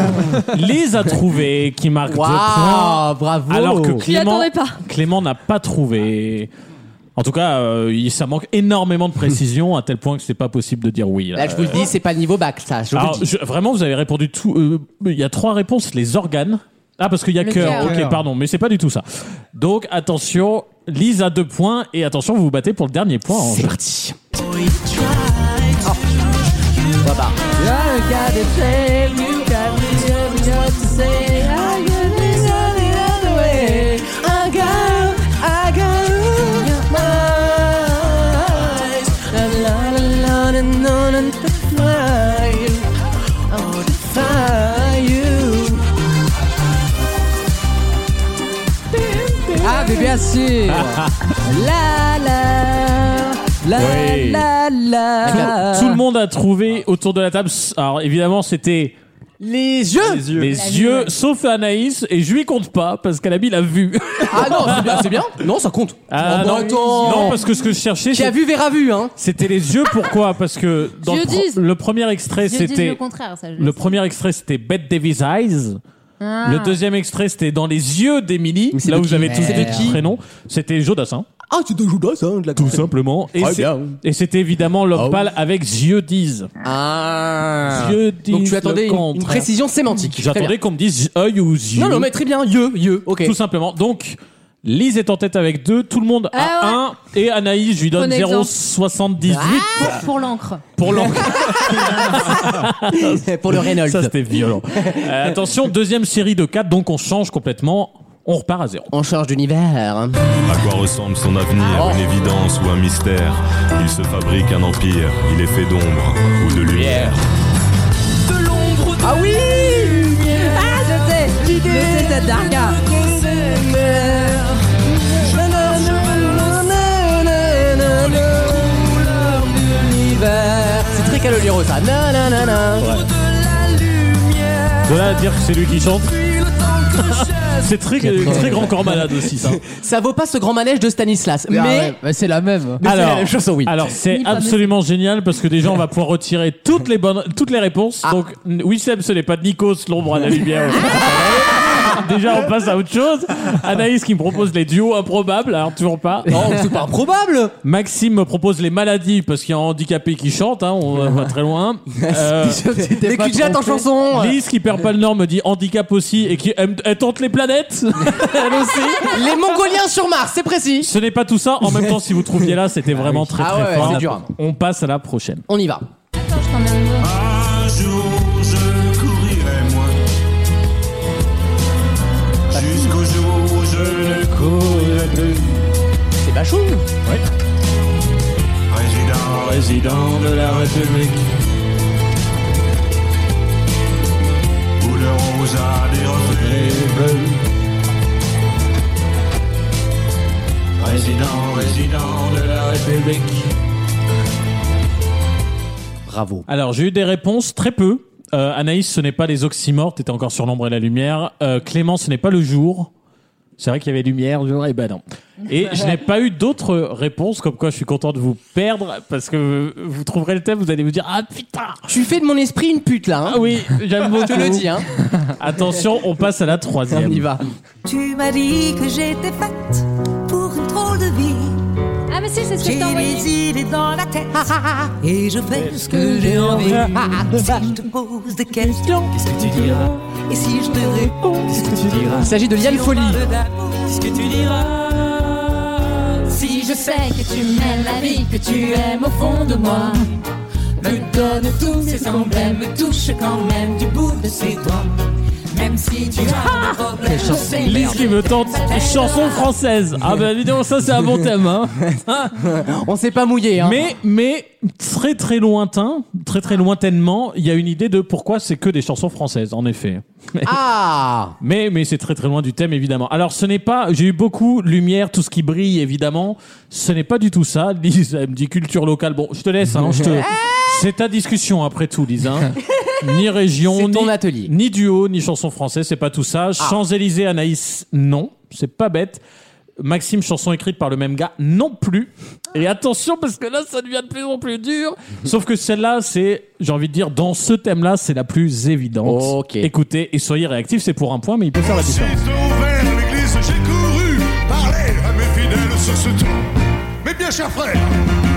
[SPEAKER 3] Lise a trouvé, qui marque deux points.
[SPEAKER 2] Waouh, bravo
[SPEAKER 3] Alors que
[SPEAKER 10] J'y
[SPEAKER 3] Clément,
[SPEAKER 10] attendais pas.
[SPEAKER 3] Clément n'a pas trouvé. En tout cas, euh, il- ça manque énormément de précision à tel point que c'est pas possible de dire oui. là.
[SPEAKER 2] Là je vous le dis, c'est pas le niveau bac ça, je vous
[SPEAKER 3] Alors,
[SPEAKER 2] le dis.
[SPEAKER 3] je- vraiment, vous avez répondu tout. euh, Il y a trois réponses les organes. Ah, parce qu'il y a
[SPEAKER 8] Le
[SPEAKER 3] cœur.
[SPEAKER 8] cœur.
[SPEAKER 3] Ok, pardon, mais c'est pas du tout ça. Donc, attention, Lise a deux points et attention, vous vous battez pour le dernier point. en
[SPEAKER 2] C'est
[SPEAKER 3] jeu.
[SPEAKER 2] parti. Oh. Voilà.
[SPEAKER 4] Ah, mais bien sûr La la la
[SPEAKER 3] Oui.
[SPEAKER 4] la la
[SPEAKER 3] Tout, tout le monde a trouvé
[SPEAKER 2] Ah.
[SPEAKER 3] autour de la table. Alors, évidemment, c'était
[SPEAKER 2] Les yeux
[SPEAKER 3] les yeux, sauf Anaïs, et je lui compte pas parce qu'elle a mis la vue.
[SPEAKER 2] Ah non, c'est bien, c'est bien. Non, ça compte.
[SPEAKER 3] Ah,
[SPEAKER 2] Oh, bah, attends.
[SPEAKER 3] non, parce que ce que je cherchais,
[SPEAKER 2] Qui a
[SPEAKER 3] c'est-
[SPEAKER 2] vu verra vu, hein
[SPEAKER 3] c'était les yeux. Pourquoi Parce que dans le,
[SPEAKER 10] Yeux
[SPEAKER 3] pro-
[SPEAKER 10] disent.
[SPEAKER 3] le premier extrait,
[SPEAKER 8] Je dis le
[SPEAKER 3] c'était.
[SPEAKER 8] contraire, ça. je
[SPEAKER 3] Le
[SPEAKER 8] sais.
[SPEAKER 3] premier extrait, c'était Bette Davis Eyes.
[SPEAKER 8] Ah.
[SPEAKER 3] Le deuxième extrait, c'était dans les yeux d'Emily.
[SPEAKER 2] c'est
[SPEAKER 3] Là
[SPEAKER 2] de
[SPEAKER 3] où
[SPEAKER 2] qui
[SPEAKER 3] j'avais tous
[SPEAKER 2] C'est de
[SPEAKER 3] les
[SPEAKER 2] qui
[SPEAKER 3] prénoms. C'était Joe Dassin,
[SPEAKER 2] Ah, tu te joues là, ça, de la
[SPEAKER 3] tout simplement. Et
[SPEAKER 2] Très
[SPEAKER 3] c'est-
[SPEAKER 2] Ah, bien.
[SPEAKER 3] et c'était évidemment
[SPEAKER 2] Ah oui.
[SPEAKER 3] l'homme pâle avec yeux d'Ise.
[SPEAKER 2] Ah
[SPEAKER 3] Yeux
[SPEAKER 2] Donc
[SPEAKER 3] disent
[SPEAKER 2] tu attendais
[SPEAKER 3] le
[SPEAKER 2] une,
[SPEAKER 3] contraire.
[SPEAKER 2] une précision sémantique. Très
[SPEAKER 3] J'attendais
[SPEAKER 2] bien.
[SPEAKER 3] qu'on me dise œil ou yeux.
[SPEAKER 2] Non, non, mais très bien, yeux, yeux, ok.
[SPEAKER 3] Tout simplement. Donc, Lise est en tête avec deux, tout le monde a un, et Anaïs, je lui donne
[SPEAKER 10] Bon exemple.
[SPEAKER 3] 0,78
[SPEAKER 2] Ah,
[SPEAKER 8] Pour- Pour l'encre.
[SPEAKER 3] pour l'encre.
[SPEAKER 2] Pour le Reynolds.
[SPEAKER 3] Ça, c'était violent. Euh, attention, deuxième série de 4, donc on change complètement, on repart à zéro.
[SPEAKER 2] On change d'univers.
[SPEAKER 11] À quoi ressemble son
[SPEAKER 3] Oh.
[SPEAKER 11] avenir Une évidence ou un mystère Il se fabrique un empire, il est fait d'ombre ou de lumière.
[SPEAKER 2] Ah oui
[SPEAKER 12] Kafka.
[SPEAKER 2] C'est très caloliro ça. Na, na, na, na.
[SPEAKER 3] De là à dire que c'est lui qui chante. c'est très, très grand corps malade aussi, ça.
[SPEAKER 2] Ça vaut pas ce grand manège de Stanislas.
[SPEAKER 3] Ah
[SPEAKER 2] mais
[SPEAKER 3] ouais,
[SPEAKER 4] c'est la même.
[SPEAKER 3] alors,
[SPEAKER 2] chanson, oui.
[SPEAKER 3] alors c'est
[SPEAKER 2] Ni pas
[SPEAKER 3] absolument génial parce que déjà on va pouvoir retirer toutes les bonnes, toutes les réponses.
[SPEAKER 4] Ah.
[SPEAKER 3] Donc Wissem, ce n'est pas Nikos, l'ombre à la lumière.
[SPEAKER 4] Ah.
[SPEAKER 3] Déjà, on passe à autre chose. Anaïs qui me propose les duos improbables. Alors, toujours pas. Euh,
[SPEAKER 2] Non, Oh, c'est pas improbable.
[SPEAKER 3] Maxime me propose les maladies parce qu'il y a un handicapé qui chante. hein, on va pas très loin. Euh,
[SPEAKER 2] C'était Les pas cul-de-jatte trompé. en chanson.
[SPEAKER 4] hein.
[SPEAKER 2] euh.
[SPEAKER 3] Lise qui perd pas le nord me dit handicap aussi et qui aime- elle tente les planètes. Elle aussi.
[SPEAKER 2] Les Mongoliens sur Mars, c'est précis.
[SPEAKER 3] Ce n'est pas tout ça. En même temps, si vous trouviez là, c'était vraiment très
[SPEAKER 2] Ah
[SPEAKER 3] très
[SPEAKER 2] ouais,
[SPEAKER 3] fort.
[SPEAKER 2] c'est dur.
[SPEAKER 3] On passe à la prochaine.
[SPEAKER 2] On y va.
[SPEAKER 12] Un jour je courirai moins Jusqu'au jour où je ne courirai plus
[SPEAKER 2] C'est Bachou
[SPEAKER 3] Ouais
[SPEAKER 12] Président, résident de la République Où le rose a des reflets bleus Président, résident de la République
[SPEAKER 2] Bravo.
[SPEAKER 3] Alors, j'ai eu des réponses très peu. Euh, Anaïs, ce n'est pas les oxymores. T'étais encore sur l'ombre et la lumière. Euh, Clément, ce n'est pas le jour. C'est vrai qu'il y avait lumière, jour, et ben non. Et je n'ai pas eu d'autres réponses, comme quoi je suis content de vous perdre, parce que vous trouverez le thème, vous allez vous dire Ah putain
[SPEAKER 2] Tu fais de mon esprit une pute là. hein.
[SPEAKER 3] Ah oui, j'aime beaucoup.
[SPEAKER 2] Je te le dis. Hein.
[SPEAKER 3] Attention, on passe à la troisième. On y
[SPEAKER 2] va.
[SPEAKER 13] Tu m'as dit que j'étais faite pour une drôle de vie. Ah, mais si, c'est ce que J'ai les idées dans la tête.
[SPEAKER 12] Ah,
[SPEAKER 13] et je fais ce que j'ai envie. Ah, si je te pose des questions, qu'est-ce que tu diras Et si je te réponds, qu'est-ce que tu diras
[SPEAKER 2] Il s'agit de Liane
[SPEAKER 13] Si on
[SPEAKER 2] Folly.
[SPEAKER 13] parle d'amour, Qu'est-ce que tu diras
[SPEAKER 12] Si je sais que tu m'aimes la vie, que tu aimes au fond de moi, me donne tous ces emblèmes, me touche quand même du bout de ses doigts. Même si tu
[SPEAKER 13] Ah,
[SPEAKER 12] as des problèmes, je sais
[SPEAKER 3] Lise qui me tente chanson française. Ah bah évidemment ça c'est un bon thème. Hein.
[SPEAKER 2] On s'est pas mouillé. Hein.
[SPEAKER 3] Mais mais très très lointain, très très lointainement, il y a une idée de pourquoi c'est que des chansons françaises en effet. Mais-
[SPEAKER 2] Ah
[SPEAKER 3] Mais mais c'est très très loin du thème évidemment. Alors ce n'est pas, j'ai eu beaucoup lumière, tout ce qui brille évidemment. Ce n'est pas du tout ça. Lise elle me dit culture locale. Bon je te laisse. Hein, je
[SPEAKER 2] Eh
[SPEAKER 3] te- C'est ta discussion après tout Lise. hein. Ni région, ni atelier, ni duo, ni chanson française. C'est pas tout
[SPEAKER 12] Ah.
[SPEAKER 3] ça. Champs Élysées, Anaïs, non, c'est pas bête. Maxime, chanson écrite par le même gars, non plus. Et attention, parce que là, ça devient de plus en plus dur. Sauf que celle-là, c'est, j'ai envie de dire, dans ce thème-là, c'est la plus évidente. Écoutez, et soyez réactifs, c'est pour un point, mais il peut faire la différence.
[SPEAKER 12] ouvert l'église, j'ai couru parler à mes fidèles sur ce ton.
[SPEAKER 1] Mes bien chers frères,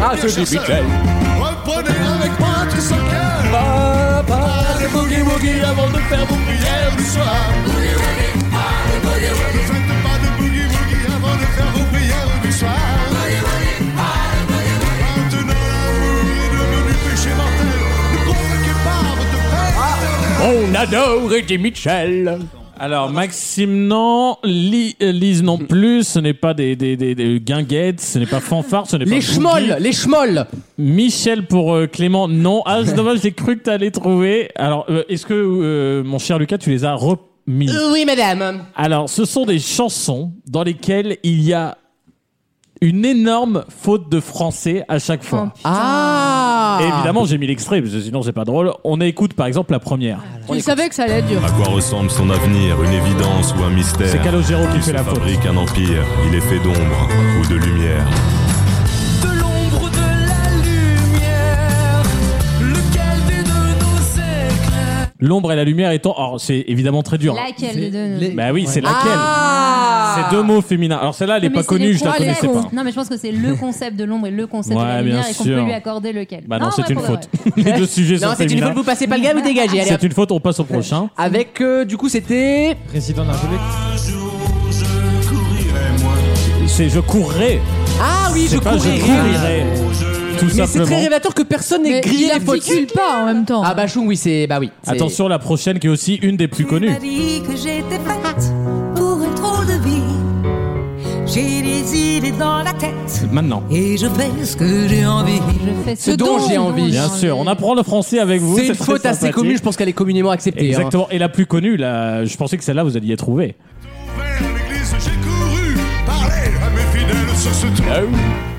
[SPEAKER 12] Ah,
[SPEAKER 1] mes bien
[SPEAKER 12] c'est
[SPEAKER 1] chers
[SPEAKER 12] des
[SPEAKER 1] sœurs,
[SPEAKER 12] Beatles.
[SPEAKER 1] reprenez avec moi tout ce cœur. Papa, les boogie boogie avant de faire vos prières du soir. Boogie boogie, ah, les boogie boogie. Ne faites pas de boogie boogie avant de faire vos prières du soir. Boogie boogie, ah, les boogie boogie. Maintenant, l'amour est devenu péché mortel. Ne provoquez pas votre père.
[SPEAKER 3] On adore Eddie Mitchell. Alors, Maxime, non. Li- euh, Lise, non plus. Ce n'est pas des, des, des- des guinguettes. Ce n'est pas fanfare. Ce n'est pas.
[SPEAKER 2] Les schmolls, les schmolls.
[SPEAKER 3] Michel pour euh, Clément, non. Ah, c'est dommage, j'ai cru que t'allais trouver. Alors, euh, est-ce que, euh, mon cher Lucas, tu les as remis
[SPEAKER 2] Oui, madame.
[SPEAKER 3] Alors, ce sont des chansons dans lesquelles il y a une énorme faute de français à chaque fois.
[SPEAKER 10] Ah
[SPEAKER 3] Et évidemment, j'ai mis l'extrait, parce que sinon, c'est pas drôle. On écoute, par exemple, la première.
[SPEAKER 10] Je savais que ça allait être dur.
[SPEAKER 11] À quoi ressemble son avenir Une évidence ou un mystère
[SPEAKER 3] C'est Calogero qui
[SPEAKER 11] Il
[SPEAKER 3] fait
[SPEAKER 11] se
[SPEAKER 3] la faute.
[SPEAKER 11] fabrique un empire, il est fait d'ombre ou de lumière.
[SPEAKER 12] De l'ombre de la lumière, lequel des deux nous éclaire
[SPEAKER 3] L'ombre et la lumière étant. Alors, c'est évidemment très dur. hein.
[SPEAKER 8] Laquelle des deux non
[SPEAKER 3] Bah oui, c'est
[SPEAKER 8] Ah.
[SPEAKER 3] laquelle
[SPEAKER 2] Ah.
[SPEAKER 3] C'est deux mots féminins. Alors, celle-là, elle est
[SPEAKER 8] Non, mais
[SPEAKER 3] pas
[SPEAKER 8] c'est
[SPEAKER 3] connue,
[SPEAKER 8] les
[SPEAKER 3] je la
[SPEAKER 8] trois
[SPEAKER 3] connaissais
[SPEAKER 8] lettres.
[SPEAKER 3] pas.
[SPEAKER 8] Non, mais je pense que c'est le concept de l'ombre et le concept de
[SPEAKER 3] Ouais,
[SPEAKER 8] la
[SPEAKER 3] bien
[SPEAKER 8] lumière et qu'on peut
[SPEAKER 3] sûr.
[SPEAKER 8] lui accorder lequel. Ah,
[SPEAKER 3] Bah non,
[SPEAKER 2] Ah,
[SPEAKER 3] c'est une
[SPEAKER 8] pour de
[SPEAKER 3] faute. Les deux sujets
[SPEAKER 2] Non,
[SPEAKER 3] sont
[SPEAKER 2] c'est une
[SPEAKER 3] féminins.
[SPEAKER 2] fois que vous passez pas le gars, vous dégagez. Allez,
[SPEAKER 3] C'est une faute, on passe au prochain.
[SPEAKER 2] Avec, euh, du coup, c'était.
[SPEAKER 7] Président de la République.
[SPEAKER 3] C'est je courrais.
[SPEAKER 2] Ah oui,
[SPEAKER 3] C'est
[SPEAKER 2] je
[SPEAKER 3] pas
[SPEAKER 2] courrais.
[SPEAKER 3] je courirais. Tout
[SPEAKER 2] Mais c'est
[SPEAKER 3] simplement.
[SPEAKER 2] très révélateur que personne n'ait
[SPEAKER 10] Mais
[SPEAKER 2] grillé
[SPEAKER 10] il
[SPEAKER 2] les fautes.
[SPEAKER 10] articule
[SPEAKER 2] pas en même temps. Ah, Bachung, oui, c'est. Bah oui. c'est-
[SPEAKER 3] Attention, la prochaine qui est aussi une des plus connues.
[SPEAKER 13] Tu m'as dit que j'étais faite pour une drôle de vie. J'ai les idées dans la tête.
[SPEAKER 3] Maintenant.
[SPEAKER 13] Et je fais ce que j'ai envie. Je
[SPEAKER 8] fais
[SPEAKER 2] ce dont j'ai envie.
[SPEAKER 3] Bien sûr, on apprend le français avec vous.
[SPEAKER 2] C'est une
[SPEAKER 3] très
[SPEAKER 2] faute assez
[SPEAKER 3] sympathique.
[SPEAKER 2] commune, je pense qu'elle est communément acceptée. hein.
[SPEAKER 3] Exactement. Et la plus connue, là, je pensais que celle-là, vous alliez trouver.
[SPEAKER 1] toutes,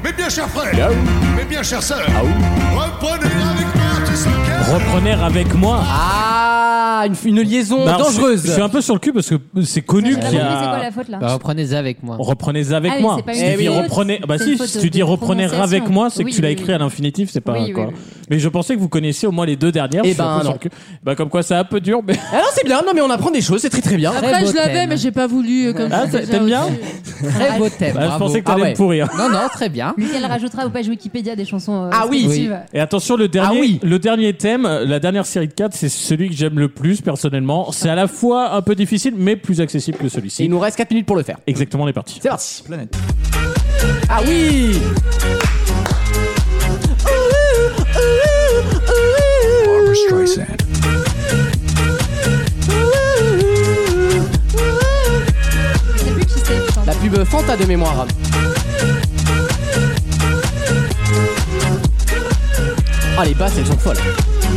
[SPEAKER 1] mes bien chers frères, mes bien chères sœurs, reprenez avec moi tout ce qu'est.
[SPEAKER 3] Reprenez avec moi.
[SPEAKER 2] Ah, une, une liaison
[SPEAKER 3] Bah, alors,
[SPEAKER 2] dangereuse.
[SPEAKER 3] Je, je suis un peu sur le cul parce que c'est connu
[SPEAKER 8] Ça, j'ai
[SPEAKER 3] qu'il y
[SPEAKER 8] pas compris, c'est
[SPEAKER 3] a.
[SPEAKER 8] quoi la faute, là
[SPEAKER 2] Ah,
[SPEAKER 4] Bah, reprenez avec moi.
[SPEAKER 3] Reprenez avec
[SPEAKER 8] Ah oui,
[SPEAKER 3] moi.
[SPEAKER 8] c'est pas
[SPEAKER 3] Si
[SPEAKER 8] une
[SPEAKER 3] tu dis
[SPEAKER 8] faute,
[SPEAKER 3] reprenez,
[SPEAKER 8] c'est
[SPEAKER 3] bah
[SPEAKER 8] une
[SPEAKER 3] si,
[SPEAKER 8] faute
[SPEAKER 3] si tu
[SPEAKER 8] de
[SPEAKER 3] dis reprenez
[SPEAKER 8] prononciation.
[SPEAKER 3] avec moi, c'est que
[SPEAKER 8] Oui,
[SPEAKER 3] tu l'as
[SPEAKER 8] oui,
[SPEAKER 3] écrit
[SPEAKER 8] oui.
[SPEAKER 3] à l'infinitif, c'est pas
[SPEAKER 8] Oui, oui,
[SPEAKER 3] quoi.
[SPEAKER 8] oui,
[SPEAKER 3] Mais je pensais que vous connaissiez au moins les deux dernières.
[SPEAKER 2] Eh
[SPEAKER 3] je suis un
[SPEAKER 2] ben,
[SPEAKER 3] peu sur
[SPEAKER 2] non.
[SPEAKER 3] le cul. Bah comme quoi, c'est un peu dur, mais.
[SPEAKER 2] Ah non, c'est bien, non mais on apprend des choses, c'est très très bien.
[SPEAKER 10] Après, je l'avais, mais j'ai pas voulu. euh, Comme
[SPEAKER 2] Ah,
[SPEAKER 10] je vous ai
[SPEAKER 2] t'aimes
[SPEAKER 10] déjà
[SPEAKER 2] bien
[SPEAKER 10] au-dessus.
[SPEAKER 4] Très beau thème.
[SPEAKER 3] Bah, je
[SPEAKER 4] bravo.
[SPEAKER 3] pensais que t'allais
[SPEAKER 4] Ah ouais.
[SPEAKER 3] me pourrir.
[SPEAKER 4] Non, non, très bien.
[SPEAKER 8] Lui, elle rajoutera aux pages Wikipédia des chansons. euh,
[SPEAKER 2] Ah oui.
[SPEAKER 8] respectives.
[SPEAKER 3] Et attention, le dernier,
[SPEAKER 2] Ah
[SPEAKER 3] le dernier thème, euh, la dernière série de 4, c'est celui que j'aime le plus personnellement. C'est à la fois un peu difficile, mais plus accessible que celui-ci.
[SPEAKER 2] Il nous reste 4 minutes pour le faire.
[SPEAKER 3] Exactement, on est parti.
[SPEAKER 2] C'est parti. Ah oui
[SPEAKER 1] Barbara Streisand.
[SPEAKER 2] La pub Fanta de mémoire. Ah les basses elles sont folles.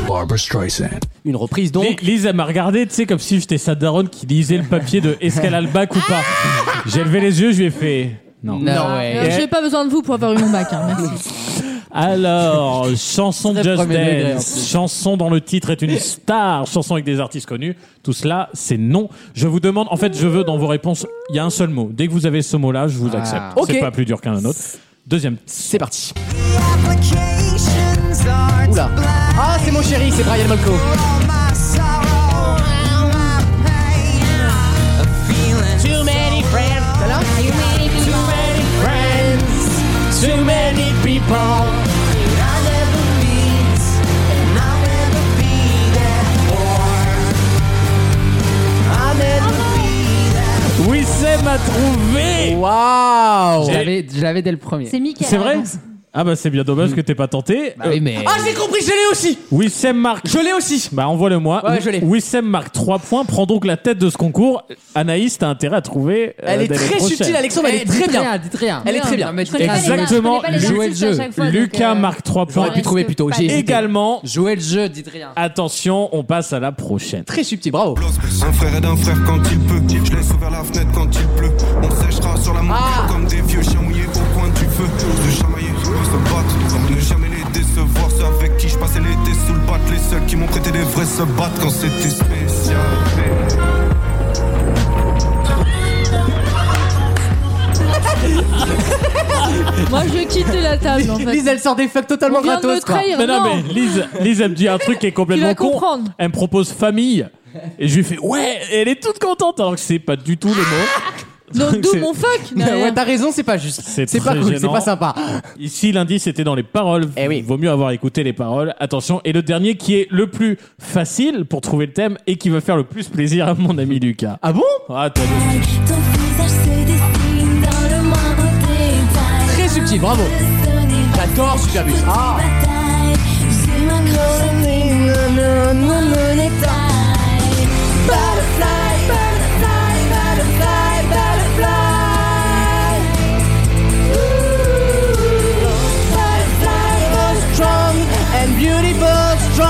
[SPEAKER 1] Barbara Streisand.
[SPEAKER 2] Une reprise donc.
[SPEAKER 3] Lise, elle m'a regardé, tu sais, comme si j'étais sa daronne qui lisait le papier de Est-ce qu'elle a le bac ou pas
[SPEAKER 8] Ah
[SPEAKER 3] J'ai levé les yeux, je lui ai fait. Non.
[SPEAKER 2] Ah
[SPEAKER 10] Non,
[SPEAKER 8] Euh,
[SPEAKER 10] Alors, J'ai pas besoin de vous pour avoir eu mon bac. hein, Merci.
[SPEAKER 3] Alors, chanson de
[SPEAKER 10] Très
[SPEAKER 3] Just
[SPEAKER 10] premier degré, en
[SPEAKER 3] Dance,
[SPEAKER 10] plus.
[SPEAKER 3] chanson dont le titre est une star, chanson avec des artistes connus, tout cela, c'est non. Je vous demande, en fait, je veux dans vos réponses, il y a un seul mot. Dès que vous avez ce mot-là, je vous
[SPEAKER 11] Ah.
[SPEAKER 3] accepte.
[SPEAKER 11] Ok.
[SPEAKER 3] C'est pas plus dur qu'un autre. Deuxième.
[SPEAKER 2] C'est parti. Oula. Ah c'est mon chéri, c'est Brian Molko. Too many friends. Celle-là Too many friends. Too many people.
[SPEAKER 3] Oui, c'est m'a trouvé.
[SPEAKER 2] Waouh.
[SPEAKER 4] Je l'avais- je l'avais dès le premier.
[SPEAKER 8] C'est Michael.
[SPEAKER 3] C'est vrai Ah bah c'est bien dommage que t'aies pas tenté. oui,
[SPEAKER 4] mais...
[SPEAKER 2] Ah j'ai compris, je l'ai aussi
[SPEAKER 3] Wissem marque. Je
[SPEAKER 2] l'ai aussi.
[SPEAKER 3] Bah envoie-le moi.
[SPEAKER 2] Ouais, je l'ai.
[SPEAKER 3] Wissem marque 3 points, prend donc la tête de ce concours. Anaïs, t'as intérêt à trouver. euh,
[SPEAKER 2] Elle est
[SPEAKER 3] dès les
[SPEAKER 2] très
[SPEAKER 3] prochaines.
[SPEAKER 2] subtile, Alexandre, elle est
[SPEAKER 4] Eh,
[SPEAKER 2] très
[SPEAKER 4] dites
[SPEAKER 2] bien.
[SPEAKER 4] rien, dites rien.
[SPEAKER 2] Elle est très bien.
[SPEAKER 4] Non, mais je connais pas les dates,
[SPEAKER 3] Exactement,
[SPEAKER 4] je connais pas les
[SPEAKER 3] jouer le
[SPEAKER 4] artistes à
[SPEAKER 3] jeu.
[SPEAKER 4] chaque fois, donc,
[SPEAKER 3] Lucas
[SPEAKER 4] euh,
[SPEAKER 3] marque 3 points.
[SPEAKER 4] J'aurais pu trouver plus tôt, j'ai hésité.
[SPEAKER 3] Également.
[SPEAKER 4] Jouer le jeu, dites rien.
[SPEAKER 2] Ah,
[SPEAKER 3] Attention, on passe à la prochaine.
[SPEAKER 2] Très subtil, bravo.
[SPEAKER 14] Un frère aide un frère quand il peut. Je laisse ouvert la fenêtre quand il pleut. On séchera sur la montagne
[SPEAKER 3] Ah.
[SPEAKER 14] comme des vieux chiens mouillés au coin du feu. Se chamailler, se battre, ne jamais les décevoir. Ceux avec qui je passais l'été sous le bat. Les seuls qui m'ont prêté des vrais se battent quand c'était spécial.
[SPEAKER 10] Moi, je quitte la table. En fait.
[SPEAKER 2] Lise, elle sort des fucks totalement
[SPEAKER 10] On vient de
[SPEAKER 2] gratos.
[SPEAKER 10] me trahir,
[SPEAKER 3] mais non,
[SPEAKER 10] non.
[SPEAKER 3] mais Lise, Lise, elle me dit un truc qui est complètement
[SPEAKER 10] vas
[SPEAKER 3] con.
[SPEAKER 10] comprendre.
[SPEAKER 3] Elle me propose famille. Et je lui fais ouais, et elle est toute contente alors que c'est pas du tout le mot.
[SPEAKER 10] Donc, d'où
[SPEAKER 3] C'est-
[SPEAKER 10] mon fuck derrière.
[SPEAKER 2] Ouais, t'as raison, c'est pas juste. C'est pas
[SPEAKER 3] très
[SPEAKER 2] cool, c'est
[SPEAKER 3] gênant.
[SPEAKER 2] pas sympa.
[SPEAKER 3] Ici, l'indice était dans les paroles. Vaut mieux avoir écouté les paroles. Attention. Et le dernier qui est le plus facile pour trouver le thème et qui va faire le plus plaisir à mon ami Lucas.
[SPEAKER 2] Ah bon
[SPEAKER 3] Attendez.
[SPEAKER 12] Ton visage se dessine dans le moindre détail.
[SPEAKER 2] Très subtil, bravo. J'adore ce que j'avais. Ah
[SPEAKER 12] J'ai ma grosse nuit, non, non, non, non, détail. Butterfly, butterfly, butterfly, butterfly.
[SPEAKER 2] Strong and beautiful, strong.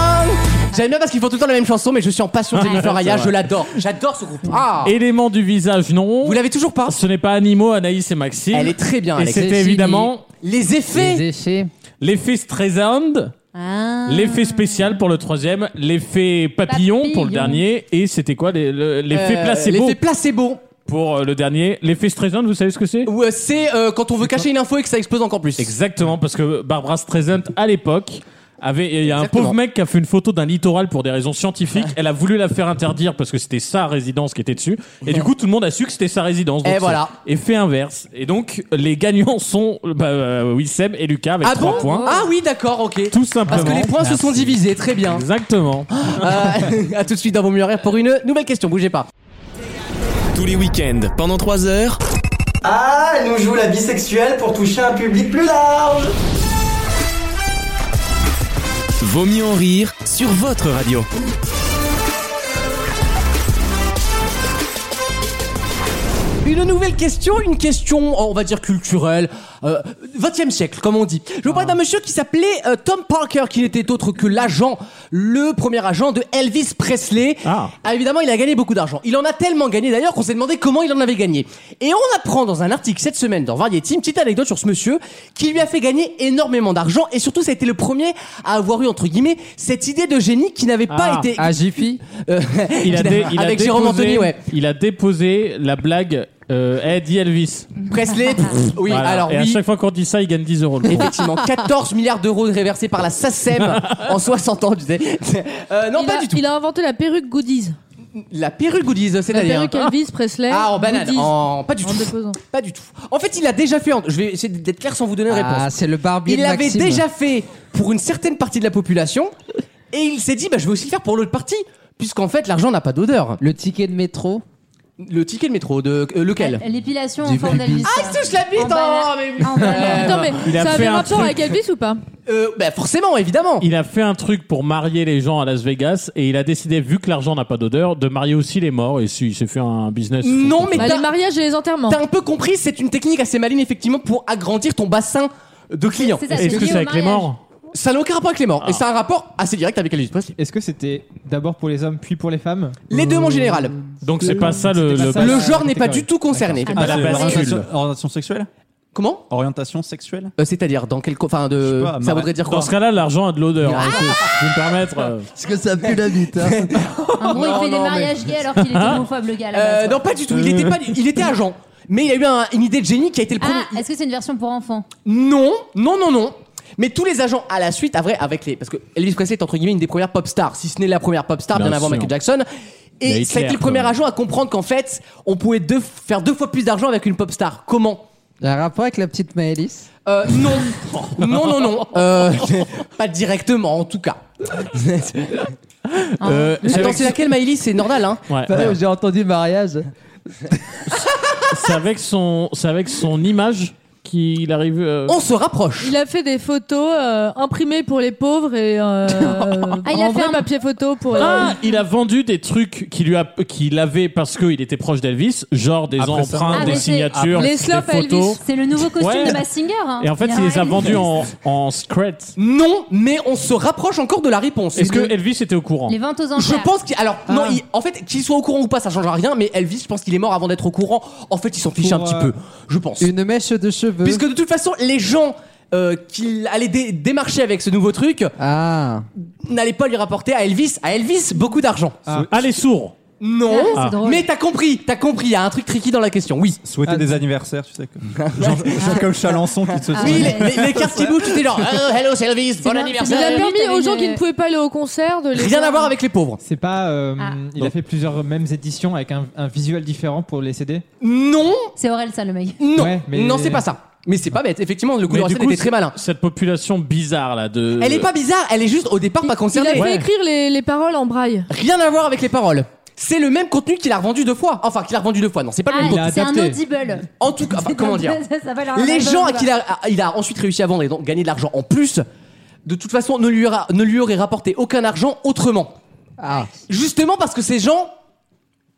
[SPEAKER 2] J'aime bien parce qu'ils font tout le temps la même chanson, mais je suis en passion de Jennifer
[SPEAKER 3] Ouais,
[SPEAKER 2] Aya,
[SPEAKER 3] c'est vrai.
[SPEAKER 2] je l'adore. J'adore ce groupe. Ah
[SPEAKER 3] Élément du visage, non. Vous
[SPEAKER 2] l'avez toujours pas
[SPEAKER 3] Ce n'est pas animaux, Anaïs et Maxime.
[SPEAKER 2] Elle est très bien,
[SPEAKER 3] Et
[SPEAKER 2] Alex.
[SPEAKER 3] c'était
[SPEAKER 2] Ceci
[SPEAKER 3] évidemment.
[SPEAKER 2] Les effets.
[SPEAKER 4] Les effets.
[SPEAKER 3] L'effet Streisand.
[SPEAKER 8] Ah.
[SPEAKER 3] L'effet spécial pour le troisième, l'effet papillon,
[SPEAKER 8] Papillon.
[SPEAKER 3] pour le dernier, et c'était quoi les- le- l'effet
[SPEAKER 2] Euh,
[SPEAKER 3] placebo
[SPEAKER 2] l'effet placebo
[SPEAKER 3] pour euh, le dernier. L'effet Streisand, vous savez ce que c'est
[SPEAKER 2] Ouais, C'est euh, quand on veut cacher une info et que ça explose encore plus.
[SPEAKER 3] Exactement, parce que Barbara Streisand, à l'époque, avait. Il y a un
[SPEAKER 2] Exactement.
[SPEAKER 3] pauvre mec qui a fait une photo d'un littoral pour des raisons scientifiques. Elle a voulu la faire interdire parce que c'était sa résidence qui était dessus. Et du coup, tout le monde a su que c'était sa résidence.
[SPEAKER 2] Et
[SPEAKER 3] Donc,
[SPEAKER 2] voilà.
[SPEAKER 3] c'est Effet inverse. Et donc, les gagnants sont bah, euh, Wissem et Lucas avec
[SPEAKER 2] Ah
[SPEAKER 3] trois
[SPEAKER 2] bon
[SPEAKER 3] points.
[SPEAKER 2] Ah oui, d'accord, ok.
[SPEAKER 3] Tout simplement.
[SPEAKER 2] Parce que les points se sont
[SPEAKER 3] Merci.
[SPEAKER 2] divisés, très bien.
[SPEAKER 3] Exactement.
[SPEAKER 2] Oh, Euh, à tout de suite dans vos mieux rires pour une nouvelle question, bougez pas.
[SPEAKER 15] Tous les week-ends, pendant 3 heures.
[SPEAKER 16] Ah, elle nous joue la bisexuelle pour toucher un public plus large.
[SPEAKER 15] Vaut mieux en rire sur votre radio.
[SPEAKER 2] Une Une nouvelle question, une question, oh, on va dire culturelle, euh, 20e siècle, comme on dit. Je vous parle d'un monsieur qui s'appelait euh, Tom Parker, qui n'était autre que l'agent, le premier agent de Elvis Presley. Ah, évidemment, il a gagné beaucoup d'argent. Il en a tellement gagné d'ailleurs qu'on s'est demandé comment il en avait gagné. Et on apprend dans un article cette semaine dans Variety une petite anecdote sur ce monsieur qui lui a fait gagner énormément d'argent et surtout ça a été le premier à avoir eu entre guillemets cette idée de génie qui n'avait pas
[SPEAKER 3] Ah,
[SPEAKER 2] été
[SPEAKER 3] à
[SPEAKER 4] Jiffy
[SPEAKER 3] Il a dé- il a
[SPEAKER 2] avec Jérôme
[SPEAKER 3] déposé-
[SPEAKER 2] Anthony, ouais.
[SPEAKER 3] Il a déposé la blague euh, Eddie Elvis.
[SPEAKER 2] Presley, pff, oui,
[SPEAKER 3] Voilà.
[SPEAKER 2] alors
[SPEAKER 3] Et à
[SPEAKER 2] oui.
[SPEAKER 3] chaque fois qu'on dit ça, il gagne 10 euros. le pauvre.
[SPEAKER 2] Effectivement, 14 milliards d'euros réversés par la SACEM en 60 ans, tu sais. Euh, non, pas du tout.
[SPEAKER 10] Il a inventé la perruque Goodies.
[SPEAKER 2] La perruque goodies,
[SPEAKER 10] La
[SPEAKER 2] c'est-à-dire.
[SPEAKER 10] perruque Elvis Presley.
[SPEAKER 2] Ah, en banane.
[SPEAKER 10] Goodies.
[SPEAKER 2] En... Pas du
[SPEAKER 10] En
[SPEAKER 2] tout.
[SPEAKER 10] déposant.
[SPEAKER 2] Pas du tout. En fait, il l'a déjà fait. en- Je vais essayer d'être clair sans vous donner de réponse.
[SPEAKER 4] Ah, c'est le barbier
[SPEAKER 2] il
[SPEAKER 4] de
[SPEAKER 2] l'avait
[SPEAKER 4] Maxime.
[SPEAKER 2] déjà fait pour une certaine partie de la population et il s'est dit, bah, je vais aussi le faire pour l'autre partie, puisqu'en fait, l'argent n'a pas d'odeur.
[SPEAKER 4] Le ticket de métro
[SPEAKER 2] Le ticket de métro, de euh, lequel
[SPEAKER 8] L'épilation en
[SPEAKER 2] Du
[SPEAKER 8] forme
[SPEAKER 2] baby.
[SPEAKER 8] d'Elvis.
[SPEAKER 2] Ah, il se touche la bite,
[SPEAKER 8] En bala-
[SPEAKER 2] oh, mais-
[SPEAKER 8] en bala-
[SPEAKER 10] Attends, mais
[SPEAKER 3] Il a
[SPEAKER 10] Euh, ça
[SPEAKER 3] fait
[SPEAKER 10] avait
[SPEAKER 3] un
[SPEAKER 10] rapport
[SPEAKER 3] truc.
[SPEAKER 10] avec Elvis ou pas
[SPEAKER 2] Euh, bah, forcément, évidemment.
[SPEAKER 3] Il a fait un truc pour marier les gens à Las Vegas et il a décidé, vu que l'argent n'a pas d'odeur, de marier aussi les morts et si, il s'est fait un business. fou.
[SPEAKER 2] Non, mais
[SPEAKER 10] Bah,
[SPEAKER 2] t'as-
[SPEAKER 10] les mariages et les enterrements.
[SPEAKER 2] T'as un peu compris, c'est une technique assez maligne, effectivement, pour agrandir ton bassin de clients.
[SPEAKER 10] C'est ça, Est-ce c'est que lié c'est au avec les mariage. morts
[SPEAKER 2] Ça n'a aucun rapport avec les morts. Et
[SPEAKER 7] Ah.
[SPEAKER 2] ça a un rapport assez direct avec Elvis Presley.
[SPEAKER 7] Est-ce que c'était d'abord pour les hommes puis pour les femmes
[SPEAKER 2] Les deux en général.
[SPEAKER 3] Donc c'est pas ça le.
[SPEAKER 7] C'était
[SPEAKER 3] le-
[SPEAKER 7] pas ça,
[SPEAKER 2] Le
[SPEAKER 7] la
[SPEAKER 2] genre n'est pas
[SPEAKER 7] catégorie.
[SPEAKER 2] du tout concerné.
[SPEAKER 7] D'accord.
[SPEAKER 3] la
[SPEAKER 5] Ah, Bah, C'est
[SPEAKER 3] bascule.
[SPEAKER 5] orientation- Orientation sexuelle
[SPEAKER 2] Comment
[SPEAKER 5] Orientation sexuelle
[SPEAKER 2] Euh, C'est-à-dire dans quel co- enfin de
[SPEAKER 5] sais pas,
[SPEAKER 2] ça
[SPEAKER 5] Marais-
[SPEAKER 2] voudrait dire quoi
[SPEAKER 3] Dans ce cas-là, l'argent a de l'odeur. hein, si
[SPEAKER 2] Ah
[SPEAKER 3] je peux me permettre. euh.
[SPEAKER 17] Parce que ça pue la bite. hein.
[SPEAKER 8] En gros,
[SPEAKER 2] Non,
[SPEAKER 8] il fait des
[SPEAKER 2] non, mais-
[SPEAKER 8] mariages gays alors qu'il est homophobe, le gars. à la base,
[SPEAKER 2] Euh,
[SPEAKER 8] quoi.
[SPEAKER 2] non pas du tout, il était pas il était agent. Mais il a eu un- une idée de génie qui a été le premier.
[SPEAKER 8] Ah, est-ce que c'est une version pour enfants
[SPEAKER 2] Non, non non non. Mais tous les agents à la suite, à vrai, avec les parce que Elvis Presley est entre guillemets une des premières pop stars, si ce n'est la première pop star bien,
[SPEAKER 3] Bien
[SPEAKER 2] avant
[SPEAKER 3] sûr.
[SPEAKER 2] Michael Jackson.
[SPEAKER 3] Il y a
[SPEAKER 2] Et ça a
[SPEAKER 3] Hitler,
[SPEAKER 2] été le premier
[SPEAKER 3] quoi.
[SPEAKER 2] agent à comprendre qu'en fait, on pouvait deux- faire deux fois plus d'argent avec une pop star. Comment
[SPEAKER 4] Il y a un rapport avec la petite Maëlys
[SPEAKER 2] Euh, non, non, non, non, Euh, pas directement en tout cas.
[SPEAKER 3] Euh,
[SPEAKER 2] Attends, c'est laquelle Maëlys C'est Nordal, hein
[SPEAKER 3] Ouais.
[SPEAKER 4] J'ai entendu mariage.
[SPEAKER 3] C'est avec son, c'est avec son image qu'il arrive. euh,
[SPEAKER 2] On se rapproche.
[SPEAKER 10] Il a fait des photos euh, imprimées pour les pauvres et euh,
[SPEAKER 8] Ah, il
[SPEAKER 10] en
[SPEAKER 8] a fait
[SPEAKER 10] vrai
[SPEAKER 8] un-
[SPEAKER 10] papier photo pour.
[SPEAKER 8] Euh,
[SPEAKER 3] Ah, il a vendu des trucs qu'il lui a, qu'il avait parce qu'il était proche d'Elvis, genre des
[SPEAKER 5] Après ça,
[SPEAKER 3] empreintes,
[SPEAKER 8] Ah,
[SPEAKER 3] des
[SPEAKER 8] mais c'est-
[SPEAKER 3] signatures,
[SPEAKER 8] Les
[SPEAKER 3] des
[SPEAKER 8] slopes à
[SPEAKER 3] photos.
[SPEAKER 8] Elvis. C'est le nouveau costume
[SPEAKER 3] Ouais.
[SPEAKER 8] de Massinger. hein.
[SPEAKER 3] Et en fait,
[SPEAKER 8] y a
[SPEAKER 3] il les a
[SPEAKER 8] un
[SPEAKER 3] vendus
[SPEAKER 8] Elvis.
[SPEAKER 3] en, en secret.
[SPEAKER 2] Non, mais on se rapproche encore de la réponse.
[SPEAKER 3] Est-ce que Elvis était au courant
[SPEAKER 8] Les ventes aux
[SPEAKER 2] Je
[SPEAKER 8] enchères.
[SPEAKER 2] pense qu'il. Alors, non, il- en fait, qu'il soit au courant ou pas, ça changera rien, mais Elvis, je pense qu'il est mort avant d'être au courant. En fait, il s'en fiche un
[SPEAKER 4] Pour,
[SPEAKER 2] petit
[SPEAKER 4] euh,
[SPEAKER 2] peu, je pense.
[SPEAKER 4] Une mèche de cheveux.
[SPEAKER 2] Puisque de toute façon, les gens euh, qu'il allait dé- démarcher avec ce nouveau truc
[SPEAKER 4] Ah.
[SPEAKER 2] n'allaient pas lui rapporter à Elvis, à Elvis, beaucoup d'argent.
[SPEAKER 3] Ah, les sourds
[SPEAKER 2] Non,
[SPEAKER 8] Ah, c'est drôle.
[SPEAKER 2] mais t'as compris, t'as compris, il y a un truc tricky dans la question, oui.
[SPEAKER 5] Souhaiter des anniversaires, tu sais. Ah. Comme, genre, genre comme Chalençon qui te
[SPEAKER 2] Oui, les, les, les cartes qui bougent, tout est genre, Oh, hello, c'est Elvis, bon
[SPEAKER 8] Ah, marrant,
[SPEAKER 10] Il
[SPEAKER 2] anniversaire.
[SPEAKER 10] a permis aux gens
[SPEAKER 8] une-
[SPEAKER 10] qui ne pouvaient pas aller au concert de les
[SPEAKER 2] Rien
[SPEAKER 10] voir.
[SPEAKER 2] à voir avec les pauvres.
[SPEAKER 7] C'est pas. euh,
[SPEAKER 8] Ah.
[SPEAKER 7] Il a fait plusieurs mêmes éditions avec un, un visuel différent pour les CD
[SPEAKER 2] Non,
[SPEAKER 8] C'est Aurel, ça, le mec.
[SPEAKER 2] non,
[SPEAKER 7] Ouais, mais-
[SPEAKER 2] non, c'est pas ça. Mais c'est pas bête, effectivement, le coup de
[SPEAKER 3] du
[SPEAKER 2] était
[SPEAKER 3] c'est-
[SPEAKER 2] très malin.
[SPEAKER 3] Cette population bizarre là de.
[SPEAKER 2] Elle est pas bizarre, elle est juste au départ pas
[SPEAKER 10] Il a
[SPEAKER 2] concernée.
[SPEAKER 10] fait écrire les, les paroles en braille.
[SPEAKER 2] Rien à voir avec les paroles. C'est le même contenu qu'il a revendu deux fois. Enfin, qu'il a revendu deux fois. Non, c'est pas le même
[SPEAKER 8] Ah,
[SPEAKER 2] contenu.
[SPEAKER 8] c'est un
[SPEAKER 7] adapté.
[SPEAKER 8] audible.
[SPEAKER 2] En tout cas, enfin, comment dire
[SPEAKER 8] Ça Ah, bah, s'appelle un
[SPEAKER 2] Les
[SPEAKER 8] album,
[SPEAKER 2] gens à
[SPEAKER 8] quoi.
[SPEAKER 2] qui il a, à- il a ensuite réussi à vendre et donc gagner de l'argent en plus, de toute façon, ne lui, aura- ne lui aurait rapporté aucun argent autrement.
[SPEAKER 4] Ah.
[SPEAKER 2] Justement parce que ces gens,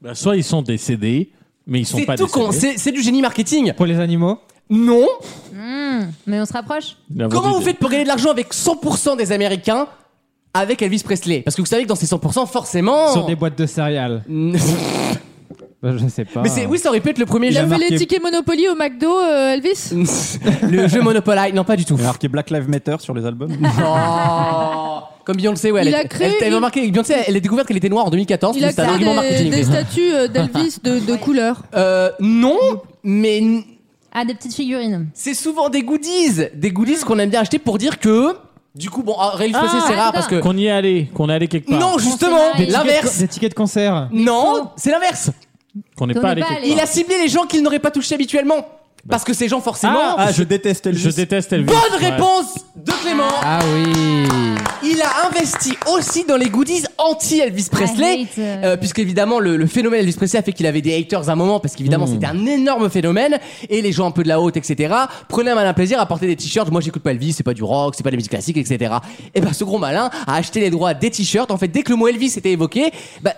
[SPEAKER 3] Bah, soit ils sont décédés, mais ils sont
[SPEAKER 2] c'est
[SPEAKER 3] pas
[SPEAKER 2] tout con.
[SPEAKER 3] décédés.
[SPEAKER 2] C'est c'est du génie marketing.
[SPEAKER 7] Pour les animaux
[SPEAKER 2] Non.
[SPEAKER 8] Mmh, Mais on se rapproche.
[SPEAKER 3] Il a vendu
[SPEAKER 2] Comment vous
[SPEAKER 3] des-
[SPEAKER 2] faites pour gagner de l'argent avec 100% des Américains avec Elvis Presley Parce que vous savez que dans ces 100%, forcément.
[SPEAKER 7] Sur des boîtes de céréales Bah, Je sais pas.
[SPEAKER 2] Mais c'est oui, ça aurait pu être le premier
[SPEAKER 10] Il,
[SPEAKER 2] jeu.
[SPEAKER 10] a fait
[SPEAKER 5] marqué-
[SPEAKER 10] les tickets Monopoly au McDo, euh, Elvis
[SPEAKER 2] le jeu Monopoly, non pas du tout.
[SPEAKER 5] Il y a marqué Black Lives Matter sur les albums.
[SPEAKER 2] Oh. Comme Beyoncé, ouais,
[SPEAKER 10] Il
[SPEAKER 2] elle,
[SPEAKER 10] a
[SPEAKER 2] elle-
[SPEAKER 10] créé-
[SPEAKER 2] elle- elle a remarqué, Beyoncé, elle a découvert qu'elle était noire en 2014.
[SPEAKER 10] Il
[SPEAKER 2] donc
[SPEAKER 10] a
[SPEAKER 2] c'est un
[SPEAKER 10] créé
[SPEAKER 2] argument
[SPEAKER 10] des,
[SPEAKER 2] marketing.
[SPEAKER 10] des statues euh, d'Elvis de, de couleur.
[SPEAKER 2] Euh, non, mais n-
[SPEAKER 8] Ah, des petites figurines.
[SPEAKER 2] c'est souvent des goodies, des goodies qu'on aime bien acheter pour dire que, du coup, bon, ah, Rélix Fossé, c'est rare parce que.
[SPEAKER 3] Qu'on y est allé, qu'on est allé quelque part.
[SPEAKER 2] Non, justement,
[SPEAKER 8] Des tickets de-
[SPEAKER 2] l'inverse.
[SPEAKER 7] Des tickets de concert
[SPEAKER 2] Non, c'est l'inverse.
[SPEAKER 3] Qu'on n'est
[SPEAKER 8] Qu'on
[SPEAKER 3] pas
[SPEAKER 8] n'est
[SPEAKER 3] allé
[SPEAKER 8] pas
[SPEAKER 3] quelque
[SPEAKER 8] allé.
[SPEAKER 2] Il a ciblé les gens qu'il n'aurait pas touchés habituellement. Parce que ces gens, forcément.
[SPEAKER 5] Ah, je déteste Elvis.
[SPEAKER 3] Je déteste Elvis.
[SPEAKER 2] Bonne
[SPEAKER 3] Ouais.
[SPEAKER 2] réponse de Clément.
[SPEAKER 4] Ah oui.
[SPEAKER 2] Il a investi aussi dans les goodies anti-Elvis Presley,
[SPEAKER 8] hate, euh.
[SPEAKER 2] euh, puisqu'évidemment le, le phénomène Elvis Presley a fait qu'il avait des haters à un moment, parce qu'évidemment
[SPEAKER 3] Mm.
[SPEAKER 4] Hmm.
[SPEAKER 2] c'était un énorme phénomène, et les gens un peu de la haute, etc., prenaient un malin plaisir à porter des t-shirts, moi j'écoute pas Elvis, c'est pas du rock, c'est pas de la musique classique, etc. Et ben ce gros malin a acheté les droits des t-shirts, en fait dès que le mot Elvis était évoqué, bah,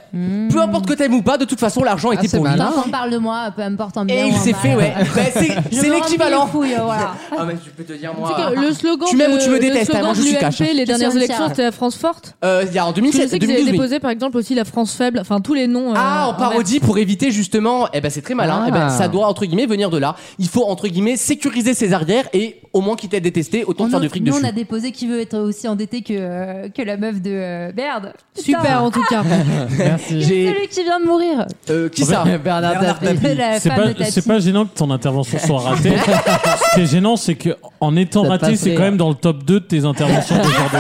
[SPEAKER 2] peu importe que t'aimes ou pas, de toute façon
[SPEAKER 4] Ah,
[SPEAKER 2] l'argent était pour lui.
[SPEAKER 8] Tant qu'on parle de moi, peu importe en bien
[SPEAKER 2] Et
[SPEAKER 8] ou
[SPEAKER 2] il
[SPEAKER 8] en
[SPEAKER 2] s'est
[SPEAKER 8] mal.
[SPEAKER 2] fait, ouais. Bah, c'est-
[SPEAKER 8] Je
[SPEAKER 2] c'est
[SPEAKER 8] me rends
[SPEAKER 2] l'équivalent.
[SPEAKER 8] les couilles, voilà.
[SPEAKER 2] Ah, mais tu peux te dire, moi.
[SPEAKER 10] Tu sais que le slogan
[SPEAKER 2] Tu m'aimes
[SPEAKER 10] de-
[SPEAKER 2] ou tu me détestes,
[SPEAKER 10] le slogan
[SPEAKER 2] hein, je
[SPEAKER 10] de
[SPEAKER 2] suis
[SPEAKER 10] l'UMP,
[SPEAKER 2] cash.
[SPEAKER 10] les dernières
[SPEAKER 8] Christian
[SPEAKER 10] élections,
[SPEAKER 8] Tiara.
[SPEAKER 10] c'était la France forte.
[SPEAKER 2] Euh, Il y a en
[SPEAKER 10] Je sais
[SPEAKER 2] 2007,
[SPEAKER 10] qu'ils avaient
[SPEAKER 2] 2008.
[SPEAKER 10] déposé par exemple aussi la France faible, enfin tous les noms. euh,
[SPEAKER 2] Ah, en parodie pour éviter justement, eh ben c'est très malin.
[SPEAKER 10] Ah.
[SPEAKER 2] Eh ben, ça doit entre guillemets venir de là. Il faut entre guillemets sécuriser ses arrières et au moins quitte à détester, autant
[SPEAKER 8] On
[SPEAKER 2] faire du
[SPEAKER 8] a-
[SPEAKER 2] fric
[SPEAKER 8] nous,
[SPEAKER 2] dessus.
[SPEAKER 8] on a déposé qui veut être aussi endetté que, euh, que la meuf de euh, merde. Putain.
[SPEAKER 10] Super en tout cas.
[SPEAKER 8] Il y a
[SPEAKER 2] J'ai-
[SPEAKER 8] Celui qui vient de mourir.
[SPEAKER 2] Euh, qui
[SPEAKER 3] En fait,
[SPEAKER 2] ça
[SPEAKER 3] euh,
[SPEAKER 8] Bernard Tapie. La
[SPEAKER 3] C'est
[SPEAKER 8] Euh, femme de
[SPEAKER 3] pas,
[SPEAKER 8] Tati.
[SPEAKER 3] c'est pas gênant que ton intervention soit ratée. Ce qui est gênant, c'est que en étant
[SPEAKER 2] Ça
[SPEAKER 3] ratée,
[SPEAKER 2] passe
[SPEAKER 3] c'est
[SPEAKER 2] rire.
[SPEAKER 3] quand même dans le top 2 de tes interventions d'aujourd'hui.